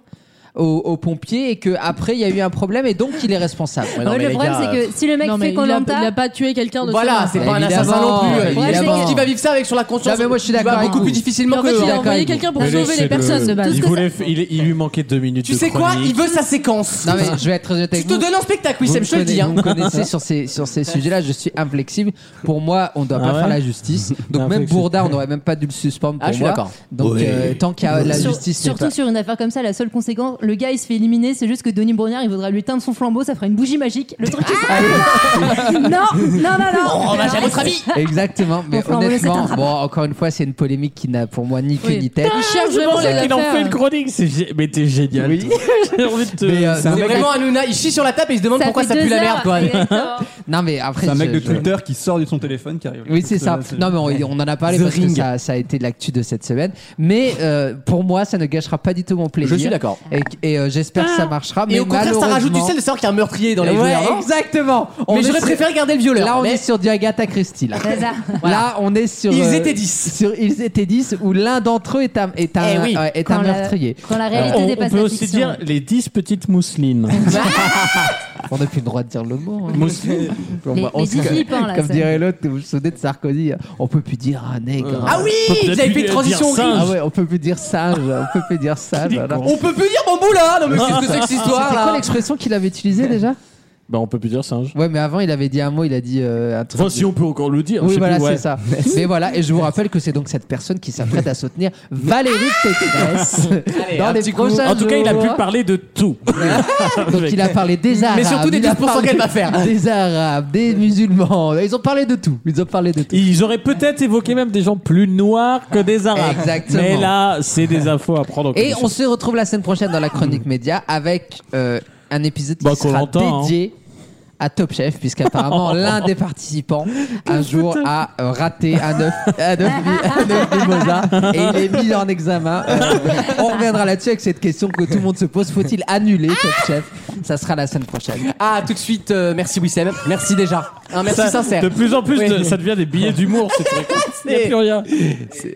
[SPEAKER 4] aux, aux pompiers et que après il y a eu un problème et donc il est responsable.
[SPEAKER 8] Ouais, le problème, c'est que si le mec
[SPEAKER 10] Non, mais
[SPEAKER 8] fait
[SPEAKER 10] il a-
[SPEAKER 8] Colanta.
[SPEAKER 10] il a pas tué quelqu'un de
[SPEAKER 2] Voilà, c'est pas un assassin non plus.
[SPEAKER 4] Évidemment,
[SPEAKER 2] Il
[SPEAKER 4] évidemment.
[SPEAKER 2] pense qu'il va vivre ça avec sur la conscience.
[SPEAKER 4] Non, mais moi, je suis
[SPEAKER 2] Il va
[SPEAKER 4] d'accord avec
[SPEAKER 2] beaucoup
[SPEAKER 4] vous.
[SPEAKER 2] plus difficilement
[SPEAKER 10] Mais en
[SPEAKER 2] que
[SPEAKER 10] fait, il a
[SPEAKER 2] hein.
[SPEAKER 10] envoyé quelqu'un pour
[SPEAKER 3] Mais
[SPEAKER 10] sauver
[SPEAKER 3] c'est
[SPEAKER 10] les personnes
[SPEAKER 3] le-
[SPEAKER 10] de base.
[SPEAKER 3] Il, voulait f- il, il lui manquait 2 minutes
[SPEAKER 2] Tu
[SPEAKER 3] de
[SPEAKER 2] sais quoi
[SPEAKER 3] chronique.
[SPEAKER 2] Il veut sa séquence.
[SPEAKER 4] Non mais je vais être très honnête
[SPEAKER 2] Tu
[SPEAKER 4] avec
[SPEAKER 2] te
[SPEAKER 4] vous.
[SPEAKER 2] donnes un spectacle, oui,
[SPEAKER 4] Vous
[SPEAKER 2] Sam,
[SPEAKER 4] me
[SPEAKER 2] je te le
[SPEAKER 4] connaissez-
[SPEAKER 2] dis. hein.
[SPEAKER 4] Vous me connaissez sur ces, sur ces sujets-là, je suis inflexible. Pour moi, on ne doit
[SPEAKER 2] Ah
[SPEAKER 4] pas
[SPEAKER 2] ouais
[SPEAKER 4] faire la justice. Donc même
[SPEAKER 2] Inflexible.
[SPEAKER 4] Bourda, on n'aurait même pas dû le suspendre pour
[SPEAKER 2] Ah, je suis
[SPEAKER 4] moi.
[SPEAKER 2] d'accord.
[SPEAKER 4] Donc
[SPEAKER 2] Ouais.
[SPEAKER 4] euh, tant qu'il y a la
[SPEAKER 8] Sur-
[SPEAKER 4] justice, n'est
[SPEAKER 8] surtout
[SPEAKER 4] pas-
[SPEAKER 8] sur une affaire comme ça, la seule conséquence, le gars il se fait éliminer, c'est juste que Denis Brognard il voudra lui teindre son flambeau, ça fera une bougie magique. Le truc il
[SPEAKER 10] Ah,
[SPEAKER 8] sera- Non, non, non, non.
[SPEAKER 3] Oh,
[SPEAKER 2] On rend
[SPEAKER 3] bah,
[SPEAKER 2] hommage à votre ami.
[SPEAKER 4] Exactement, mais
[SPEAKER 8] Enfin, on laisse
[SPEAKER 4] honnêtement,
[SPEAKER 8] éteindre.
[SPEAKER 4] bon, encore une fois, c'est une polémique qui n'a pour moi ni queue
[SPEAKER 10] Oui.
[SPEAKER 4] ni tête.
[SPEAKER 2] Ah
[SPEAKER 10] Il cherche
[SPEAKER 3] Je
[SPEAKER 10] vraiment les
[SPEAKER 3] pensais qu'il en
[SPEAKER 10] affaires.
[SPEAKER 3] fait une chronique. c'est gé- Mais t'es génial.
[SPEAKER 4] Oui.
[SPEAKER 3] J'ai envie de te.
[SPEAKER 4] Mais, euh,
[SPEAKER 3] C'est un
[SPEAKER 2] C'est
[SPEAKER 3] mec-
[SPEAKER 2] vraiment Hanouna, il chie sur la table et il se demande
[SPEAKER 8] Ça
[SPEAKER 2] pourquoi
[SPEAKER 8] fait
[SPEAKER 2] ça pue
[SPEAKER 8] deux
[SPEAKER 2] la merde,
[SPEAKER 8] heures,
[SPEAKER 2] quoi.
[SPEAKER 8] exactement.
[SPEAKER 4] Non, mais après,
[SPEAKER 5] C'est un mec
[SPEAKER 4] je-
[SPEAKER 5] de
[SPEAKER 4] je-
[SPEAKER 5] Twitter qui sort de son téléphone qui arrive. euh,
[SPEAKER 4] Oui, c'est ça.
[SPEAKER 5] C'est-
[SPEAKER 4] Non, mais on, on en a parlé
[SPEAKER 5] The
[SPEAKER 4] parce
[SPEAKER 5] Ring.
[SPEAKER 4] que ça, ça a été de l'actu de cette semaine. Mais euh, pour moi, ça ne gâchera pas du tout mon plaisir.
[SPEAKER 2] Je suis d'accord.
[SPEAKER 4] Et, et, euh, j'espère que ça marchera.
[SPEAKER 2] Ah. Et
[SPEAKER 4] mais
[SPEAKER 2] au contraire, ça rajoute du
[SPEAKER 4] malheureusement-
[SPEAKER 2] sel de savoir qu'il y a un meurtrier dans les
[SPEAKER 4] Ouais,
[SPEAKER 2] joueurs, non
[SPEAKER 4] exactement.
[SPEAKER 2] Mais
[SPEAKER 4] est
[SPEAKER 2] j'aurais
[SPEAKER 4] sur-
[SPEAKER 2] préféré garder le violeur.
[SPEAKER 4] Là, on
[SPEAKER 2] Mais-
[SPEAKER 4] est sur du Agatha Christie. Là,
[SPEAKER 8] C'est ça.
[SPEAKER 4] Là, on est sur.
[SPEAKER 2] Ils
[SPEAKER 4] euh,
[SPEAKER 2] étaient 10.
[SPEAKER 4] Sur Ils étaient 10, où l'un d'entre eux est un, est un,
[SPEAKER 2] Eh oui.
[SPEAKER 4] euh, est un
[SPEAKER 8] Quand la-
[SPEAKER 4] meurtrier.
[SPEAKER 8] quand la réalité
[SPEAKER 3] on, on
[SPEAKER 8] dépasse
[SPEAKER 3] peut
[SPEAKER 8] la
[SPEAKER 3] aussi
[SPEAKER 8] fiction.
[SPEAKER 3] dire les 10 petites mousselines.
[SPEAKER 4] On n'a plus le droit de dire le mot. hein.
[SPEAKER 3] Mousseline.
[SPEAKER 4] Bon,
[SPEAKER 8] Les-
[SPEAKER 4] bah, on
[SPEAKER 8] les
[SPEAKER 4] se-
[SPEAKER 8] dix flippants, là,
[SPEAKER 4] Comme
[SPEAKER 8] ça.
[SPEAKER 4] dirait l'autre, vous vous souvenez de Sarkozy, on peut plus dire un nègre.
[SPEAKER 2] Ah oui,
[SPEAKER 3] Faut peut-être
[SPEAKER 2] vous avez fait
[SPEAKER 3] lui
[SPEAKER 2] une
[SPEAKER 3] dire
[SPEAKER 2] transition
[SPEAKER 3] singe.
[SPEAKER 2] horrible.
[SPEAKER 4] Ah ouais, on peut plus dire singe, on peut plus dire sage. voilà.
[SPEAKER 2] On peut plus dire bambou là Non mais qu'est-ce que c'est que cette histoire
[SPEAKER 4] C'était quoi
[SPEAKER 2] là
[SPEAKER 4] l'expression qu'il avait utilisée déjà
[SPEAKER 3] Bah, on peut plus dire singe.
[SPEAKER 4] Ouais, mais avant il avait dit un mot, il a dit euh, un truc.
[SPEAKER 3] Enfin, si on peut encore le dire. je
[SPEAKER 4] Oui,
[SPEAKER 3] sais
[SPEAKER 4] voilà,
[SPEAKER 3] plus, ouais.
[SPEAKER 4] c'est ça. Mais voilà, et je vous rappelle que c'est donc cette personne qui s'apprête à soutenir Valérie Pécresse
[SPEAKER 2] Allez,
[SPEAKER 4] dans
[SPEAKER 2] un
[SPEAKER 4] les
[SPEAKER 2] petit coup.
[SPEAKER 4] prochains
[SPEAKER 3] En tout cas, il a
[SPEAKER 4] jours.
[SPEAKER 3] pu parler de tout.
[SPEAKER 4] Donc il a parlé des Arabes,
[SPEAKER 2] Mais surtout des
[SPEAKER 4] il a
[SPEAKER 2] 12%
[SPEAKER 4] parlé
[SPEAKER 2] qu'elle va faire.
[SPEAKER 4] Des Arabes, des musulmans, ils ont parlé de tout. Ils ont parlé de tout.
[SPEAKER 3] Ils auraient peut-être évoqué même des gens plus noirs que des arabes.
[SPEAKER 4] Exactement.
[SPEAKER 3] Mais là, c'est des infos à prendre en
[SPEAKER 4] Et
[SPEAKER 3] compte.
[SPEAKER 4] on se retrouve la semaine prochaine dans la chronique média avec euh, un épisode qui
[SPEAKER 3] Bah,
[SPEAKER 4] sera
[SPEAKER 3] Koh-Lanta, hein.
[SPEAKER 4] dédié à Top Chef, puisqu'apparemment l'un des participants un jour a euh, raté un œuf, un œuf, mi- un œuf mimosa et il est mis en examen. Euh, on reviendra là-dessus avec cette question que tout le monde se pose faut-il annuler Top Chef Ça sera la semaine prochaine.
[SPEAKER 2] Ah tout de suite, euh, merci Wissem, merci déjà. Un merci
[SPEAKER 3] Ça-
[SPEAKER 2] sincère.
[SPEAKER 3] De plus en plus,
[SPEAKER 2] Oui.
[SPEAKER 3] de- ça devient des billets d'humour. ces trucs. Il n'y a plus rien.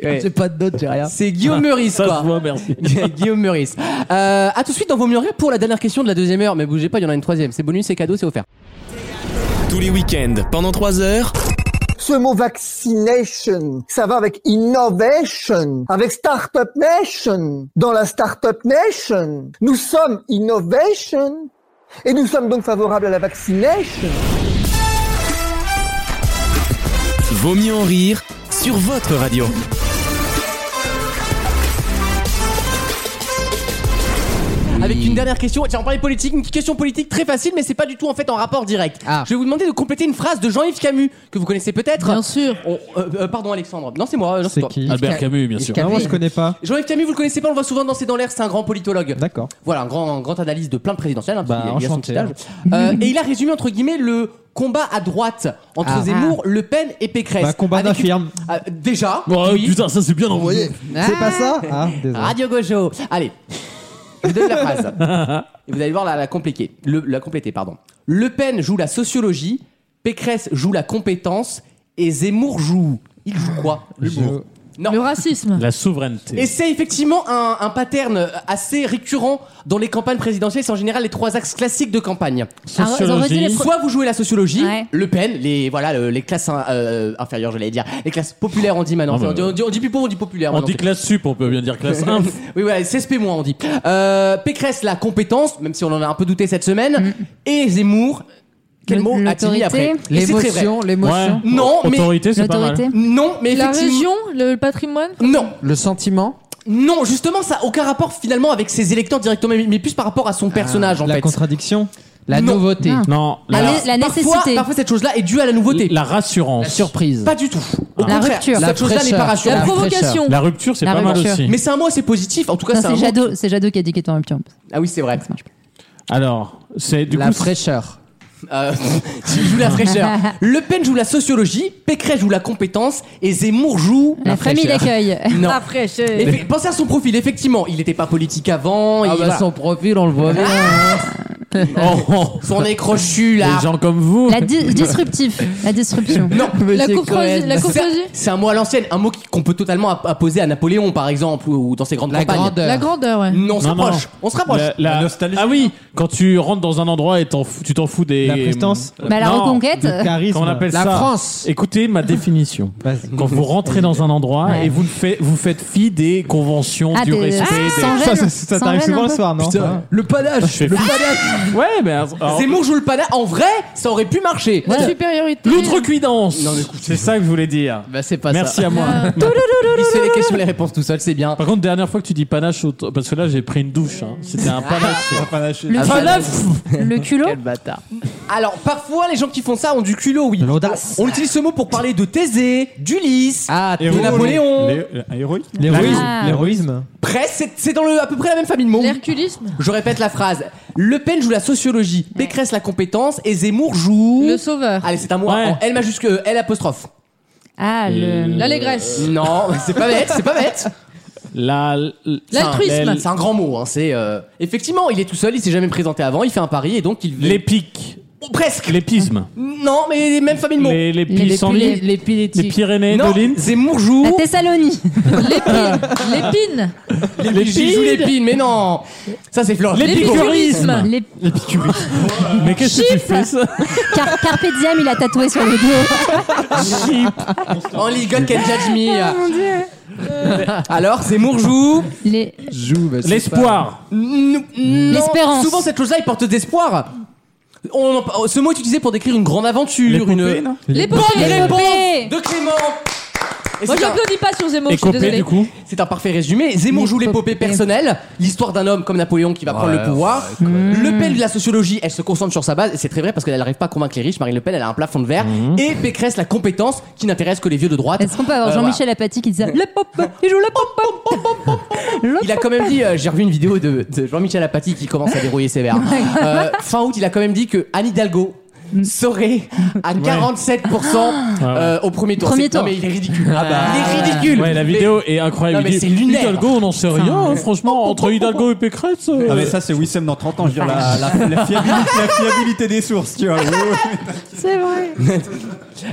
[SPEAKER 2] ouais.
[SPEAKER 4] J'ai pas de notes, j'ai rien.
[SPEAKER 2] C'est Guillaume Meurice
[SPEAKER 3] Ça se
[SPEAKER 2] quoi.
[SPEAKER 3] voit, merci.
[SPEAKER 2] Guillaume Meurice. Euh, à tout de suite dans Vos mieux en rire pour la dernière question de la deuxième heure. Mais bougez pas, il y en a une troisième. C'est bonus, c'est cadeau, c'est offert.
[SPEAKER 15] Tous les week-ends, pendant 3 heures.
[SPEAKER 18] Ce mot vaccination, ça va avec innovation, avec startup nation. Dans la startup nation, nous sommes innovation et nous sommes donc favorables à la vaccination.
[SPEAKER 15] Vaut mieux en rire sur votre radio.
[SPEAKER 2] Avec une dernière question, tiens, on parlait politique, une question politique très facile, mais c'est pas du tout en fait en rapport direct. Je vais vous demander de compléter une phrase de Jean-Yves Camus, que vous connaissez peut-être. Bien
[SPEAKER 10] sûr.
[SPEAKER 2] pardon, Alexandre. Non, c'est moi. euh, non,
[SPEAKER 7] C'est
[SPEAKER 2] toi.
[SPEAKER 7] qui
[SPEAKER 3] Albert Camus, bien sûr.
[SPEAKER 7] Non, moi je connais pas.
[SPEAKER 2] Jean-Yves Camus, vous le connaissez pas, on le voit souvent danser dans l'air, c'est un grand politologue.
[SPEAKER 7] D'accord.
[SPEAKER 2] Voilà, un grand, un grand analyse de plein de présidentielles. hein, parce qu'il a- il a son
[SPEAKER 7] Bah, enchanté,
[SPEAKER 2] petit âge. Euh, et il a résumé, entre guillemets, le combat à droite entre
[SPEAKER 7] Ah.
[SPEAKER 2] Zemmour, Le Pen et Pécresse.
[SPEAKER 7] Bah, combat
[SPEAKER 2] Avec une-
[SPEAKER 7] d'infirme.
[SPEAKER 2] Ah, déjà.
[SPEAKER 3] Oh,
[SPEAKER 2] oui.
[SPEAKER 3] putain, ça c'est bien
[SPEAKER 8] Ah.
[SPEAKER 3] envoyé.
[SPEAKER 2] C'est pas ça
[SPEAKER 7] Ah, désolé.
[SPEAKER 2] Radio Gojo. Allez, je vous donne la phrase. Et vous allez voir la, la compliquer. Le- la compléter, pardon. Le Pen joue la sociologie, Pécresse joue la compétence et Zemmour joue. Il joue quoi L'humour. Non.
[SPEAKER 10] Le racisme.
[SPEAKER 3] La souveraineté.
[SPEAKER 2] Et c'est effectivement un, un pattern assez récurrent dans les campagnes présidentielles. C'est en général les trois axes classiques de campagne.
[SPEAKER 3] Sociologie. Alors, redis les pro-
[SPEAKER 2] Soit vous jouez la sociologie,
[SPEAKER 3] Ouais.
[SPEAKER 2] Le Pen, les voilà le- les classes hein, euh, inférieures, j'allais dire, les classes populaires on dit maintenant.
[SPEAKER 3] Non, mais-
[SPEAKER 2] on, dit, on dit- on dit plus pauvre, on dit populaire.
[SPEAKER 3] On
[SPEAKER 2] maintenant.
[SPEAKER 3] dit classe sup, on peut bien dire classe inf.
[SPEAKER 2] oui, voilà, CSP moins on dit. Euh, Pécresse, la compétence, même si on en a un peu douté cette semaine. Et Zemmour, quel mot a-t-il mis après
[SPEAKER 4] L'autorité.
[SPEAKER 2] Et c'est très vrai.
[SPEAKER 4] L'émotion, l'émotion. Ouais.
[SPEAKER 2] Non, mais.
[SPEAKER 4] Autorité, c'est pas mal. L'autorité.
[SPEAKER 2] Non, mais
[SPEAKER 10] La
[SPEAKER 2] effectivement-
[SPEAKER 10] région, le patrimoine
[SPEAKER 2] Non.
[SPEAKER 4] Le sentiment
[SPEAKER 2] Non, justement, ça n'a aucun rapport finalement avec ses électeurs directement, mais- mais plus par rapport à
[SPEAKER 3] Ah,
[SPEAKER 2] son personnage en
[SPEAKER 7] La
[SPEAKER 2] fait.
[SPEAKER 7] contradiction
[SPEAKER 4] La nouveauté.
[SPEAKER 7] Non, la,
[SPEAKER 2] Alors, parfois- Parfois, cette chose-là est due à la nouveauté.
[SPEAKER 3] la rassurance.
[SPEAKER 4] La surprise.
[SPEAKER 2] Pas du tout. Au
[SPEAKER 3] La
[SPEAKER 2] contraire,
[SPEAKER 3] rupture. La
[SPEAKER 2] Cette chose-là n'est
[SPEAKER 3] fraîcheur.
[SPEAKER 2] pas rassurante.
[SPEAKER 3] La La provocation. fraîcheur. La rupture, c'est La pas mal rupture. aussi.
[SPEAKER 2] Mais c'est un mot assez positif. En tout cas,
[SPEAKER 8] Non,
[SPEAKER 2] c'est un
[SPEAKER 8] C'est
[SPEAKER 2] mot.
[SPEAKER 8] Jadot, c'est Jadot qui a dit qu'il était en rupture.
[SPEAKER 2] Ah oui, c'est vrai.
[SPEAKER 3] Alors, c'est du
[SPEAKER 2] La
[SPEAKER 3] coup.
[SPEAKER 4] fraîcheur.
[SPEAKER 2] Euh, tu joues la fraîcheur. Le Pen joue la sociologie, Pécresse joue la compétence et Zemmour joue
[SPEAKER 8] La famille
[SPEAKER 2] fraîcheur.
[SPEAKER 8] d'accueil.
[SPEAKER 2] Non.
[SPEAKER 8] La fraîcheur.
[SPEAKER 2] Effe- Pensez à son profil. Effectivement, il n'était pas politique avant.
[SPEAKER 4] Ah
[SPEAKER 2] et
[SPEAKER 4] bah,
[SPEAKER 2] voilà.
[SPEAKER 4] son profil, on le voit bien. hein.
[SPEAKER 3] Oh,
[SPEAKER 2] Son nez crochu là.
[SPEAKER 3] Les gens comme vous.
[SPEAKER 8] La di- disruptif, la disruption.
[SPEAKER 2] Non,
[SPEAKER 8] la cophrosie, la
[SPEAKER 2] C'est un-
[SPEAKER 8] cophrosie.
[SPEAKER 2] C'est un mot à l'ancienne, un mot qui- qu'on peut totalement app- apposer à Napoléon par exemple ou ou dans ses grandes campagnes.
[SPEAKER 10] La grandeur, ouais.
[SPEAKER 2] Non, on se rapproche. On se rapproche.
[SPEAKER 3] La, la- Ah oui, quand tu rentres dans un endroit et t'en fous- tu t'en fous des.
[SPEAKER 7] La prestance.
[SPEAKER 8] Bah, la reconquête.
[SPEAKER 3] du charisme. Comment on appelle
[SPEAKER 7] La
[SPEAKER 3] ça
[SPEAKER 7] France.
[SPEAKER 3] Écoutez ma définition. Quand vous rentrez dans un endroit
[SPEAKER 8] Ouais.
[SPEAKER 3] et vous, le faites, vous faites fi des conventions,
[SPEAKER 8] Ah,
[SPEAKER 3] du
[SPEAKER 8] des-
[SPEAKER 3] respect.
[SPEAKER 8] Ah,
[SPEAKER 3] des-
[SPEAKER 8] sans gêne, sans gêne un peu.
[SPEAKER 7] Ouais.
[SPEAKER 2] le panache,
[SPEAKER 3] fais-
[SPEAKER 2] le panache.
[SPEAKER 3] Ouais, mais. alors-
[SPEAKER 2] Zemmour joue le panache. En vrai, ça aurait pu marcher.
[SPEAKER 10] La supériorité.
[SPEAKER 3] L'outrecuidance
[SPEAKER 2] Non, mais
[SPEAKER 3] C'est ça que je voulais dire.
[SPEAKER 2] Bah, c'est pas
[SPEAKER 3] Merci
[SPEAKER 2] ça.
[SPEAKER 3] à moi.
[SPEAKER 8] Euh.
[SPEAKER 2] Il se fait les questions, les réponses tout seul, c'est bien.
[SPEAKER 3] Par contre, dernière fois que tu dis panache, au- parce que là j'ai pris une douche, hein. c'était un panache.
[SPEAKER 5] Ah,
[SPEAKER 4] Ah,
[SPEAKER 8] Le
[SPEAKER 4] bah,
[SPEAKER 3] panache.
[SPEAKER 8] Le culot
[SPEAKER 2] Alors, parfois, les gens qui font ça ont du culot, oui.
[SPEAKER 7] L'audace.
[SPEAKER 2] On utilise ce mot pour parler de Thésée, d'Ulysse,
[SPEAKER 4] Ah.
[SPEAKER 2] de
[SPEAKER 7] Héros.
[SPEAKER 2] Napoléon.
[SPEAKER 5] Héroïque
[SPEAKER 7] L'héroïsme.
[SPEAKER 8] Ah.
[SPEAKER 7] L'héroïsme.
[SPEAKER 2] Presque, c'est- c'est dans le, à peu près la même famille de mots.
[SPEAKER 10] L'herculisme.
[SPEAKER 2] Je répète la phrase. Le Pen joue la sociologie, Pécresse la compétence et Zemmour joue.
[SPEAKER 10] Le sauveur.
[SPEAKER 2] Allez, c'est un mot
[SPEAKER 3] Ouais.
[SPEAKER 2] en L majuscule, E, L apostrophe.
[SPEAKER 8] Ah, le.
[SPEAKER 10] L'allégresse.
[SPEAKER 2] Non, c'est pas bête, c'est pas bête.
[SPEAKER 3] La- l-
[SPEAKER 2] C'est un-
[SPEAKER 10] L'altruisme.
[SPEAKER 2] C'est un grand mot. Hein, c'est euh, effectivement, il est tout seul, il s'est jamais présenté avant, il fait un pari et donc il.
[SPEAKER 3] L'épique.
[SPEAKER 2] Oh, presque.
[SPEAKER 3] L'épisme.
[SPEAKER 2] Non, mais même famille de mots.
[SPEAKER 3] Les, les,
[SPEAKER 8] Les, les,
[SPEAKER 3] pissenlits.
[SPEAKER 8] les,
[SPEAKER 3] les,
[SPEAKER 8] les pilétiques.
[SPEAKER 3] Pyrénées,
[SPEAKER 2] Non,
[SPEAKER 3] Doline.
[SPEAKER 2] Zemmour joue.
[SPEAKER 8] La Thessalonie.
[SPEAKER 10] L'épine.
[SPEAKER 2] Les joue l'épine, mais non. Ça c'est Florent.
[SPEAKER 3] L'épicurisme.
[SPEAKER 8] Les...
[SPEAKER 3] Mais qu'est-ce que tu fais ça
[SPEAKER 8] Car- Carpe diem, il a tatoué sur le dos.
[SPEAKER 3] Chip.
[SPEAKER 2] Only God can judge me. Euh, Alors, Zemmour joue.
[SPEAKER 8] Les...
[SPEAKER 4] Joue, bah, c'est
[SPEAKER 3] L'espoir.
[SPEAKER 2] N- non.
[SPEAKER 8] L'espérance.
[SPEAKER 2] Souvent, cette chose-là, il porte d'espoir. On en- oh, Ce mot est utilisé pour décrire une grande aventure,
[SPEAKER 3] L'épopée,
[SPEAKER 2] une.
[SPEAKER 3] non
[SPEAKER 10] Les
[SPEAKER 2] Bonne réponse
[SPEAKER 8] L'épopée.
[SPEAKER 2] de Clément. Et
[SPEAKER 10] Moi,
[SPEAKER 2] c'est un-
[SPEAKER 10] j'applaudis pas sur Zemmour, je suis
[SPEAKER 3] Écopé
[SPEAKER 10] désolée.
[SPEAKER 3] du coup.
[SPEAKER 2] c'est un parfait résumé. Zemmour joue l'épopée personnelle, l'histoire d'un homme comme Napoléon qui va prendre le pouvoir. Le Pen de la sociologie, elle se concentre sur sa base, et c'est très vrai parce qu'elle n'arrive pas à convaincre les riches. Marine Le Pen, elle a un plafond de verre. Et Pécresse, la compétence qui n'intéresse que les vieux de droite.
[SPEAKER 8] Est-ce qu'on peut avoir
[SPEAKER 2] Euh,
[SPEAKER 8] Jean-Michel Apathy qui disait le pop Il joue le pop pop
[SPEAKER 2] voilà. Il a quand même dit, euh, j'ai revu une vidéo de, de Jean-Michel Apathy qui commence à dérouiller ses verres. Euh, fin août, il a quand même dit que Anne Hidalgo
[SPEAKER 8] Mm.
[SPEAKER 2] serait à 47% euh, au premier tour.
[SPEAKER 8] Ah. Premier
[SPEAKER 2] C'est- non,
[SPEAKER 8] tour. Ah
[SPEAKER 2] mais il est ridicule.
[SPEAKER 3] bah.
[SPEAKER 2] Il est ridicule.
[SPEAKER 3] Ouais, la
[SPEAKER 2] Mais-
[SPEAKER 3] vidéo est incroyable.
[SPEAKER 2] Non, mais
[SPEAKER 3] Il dit,
[SPEAKER 2] c'est lunaire.
[SPEAKER 3] Hidalgo, on n'en sait rien, hein, franchement, entre Hidalgo et Pécresse. euh,
[SPEAKER 5] Ah mais ça c'est Wissem dans 30 ans, je veux dire la, la- la fiabilité, la fiabilité des sources, tu vois.
[SPEAKER 8] C'est vrai.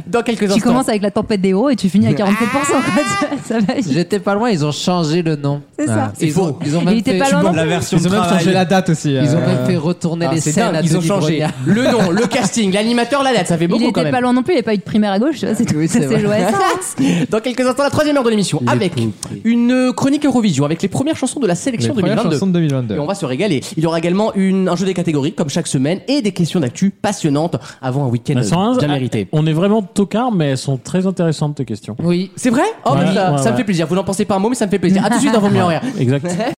[SPEAKER 2] Dans quelques
[SPEAKER 8] Tu
[SPEAKER 2] instants.
[SPEAKER 8] commences avec la tempête des hauts et tu finis à 47%. quoi. Ça va.
[SPEAKER 4] J'étais pas loin, ils ont changé le nom.
[SPEAKER 8] C'est ça.
[SPEAKER 4] Ils
[SPEAKER 2] C'est
[SPEAKER 4] ont-
[SPEAKER 2] faux.
[SPEAKER 4] Ils ont
[SPEAKER 8] Il
[SPEAKER 4] même
[SPEAKER 8] était
[SPEAKER 4] fait-
[SPEAKER 8] pas loin non plus. La version
[SPEAKER 4] Ils ont même
[SPEAKER 8] travail.
[SPEAKER 4] changé la date aussi. Ils ont
[SPEAKER 2] euh.
[SPEAKER 4] même fait retourner
[SPEAKER 2] Ah,
[SPEAKER 4] les
[SPEAKER 2] c'est
[SPEAKER 4] scènes
[SPEAKER 2] dingue,
[SPEAKER 4] à
[SPEAKER 2] ils ont
[SPEAKER 4] Denis
[SPEAKER 2] changé
[SPEAKER 4] Brogniart.
[SPEAKER 2] le nom, le casting, l'animateur, la date, ça fait
[SPEAKER 8] Il
[SPEAKER 2] beaucoup quand
[SPEAKER 8] était
[SPEAKER 2] même.
[SPEAKER 8] pas loin non plus, il n'y avait pas eu de primaire à gauche, tu vois, c'est tout. C'est joué à ça.
[SPEAKER 2] Dans quelques instants, la troisième heure de l'émission, avec une chronique Eurovision, avec les premières chansons de la sélection
[SPEAKER 7] Les premières
[SPEAKER 2] 2022.
[SPEAKER 7] chansons de 2022.
[SPEAKER 2] Et on va se régaler. Il y aura également une, un jeu des catégories, comme chaque semaine, et des questions d'actu passionnantes avant un week-end
[SPEAKER 3] Elles sont un-
[SPEAKER 2] bien mérité.
[SPEAKER 3] On est vraiment tocards, mais elles sont très intéressantes tes questions.
[SPEAKER 2] Oui. C'est vrai Oh,
[SPEAKER 3] Ouais.
[SPEAKER 2] bah, ça,
[SPEAKER 3] Ouais,
[SPEAKER 2] ça me
[SPEAKER 3] ouais.
[SPEAKER 2] Ah, fait plaisir. Vous n'en pensez pas un mot, mais ça me fait plaisir. À tout de suite dans vos mieux en rire.
[SPEAKER 3] Exact.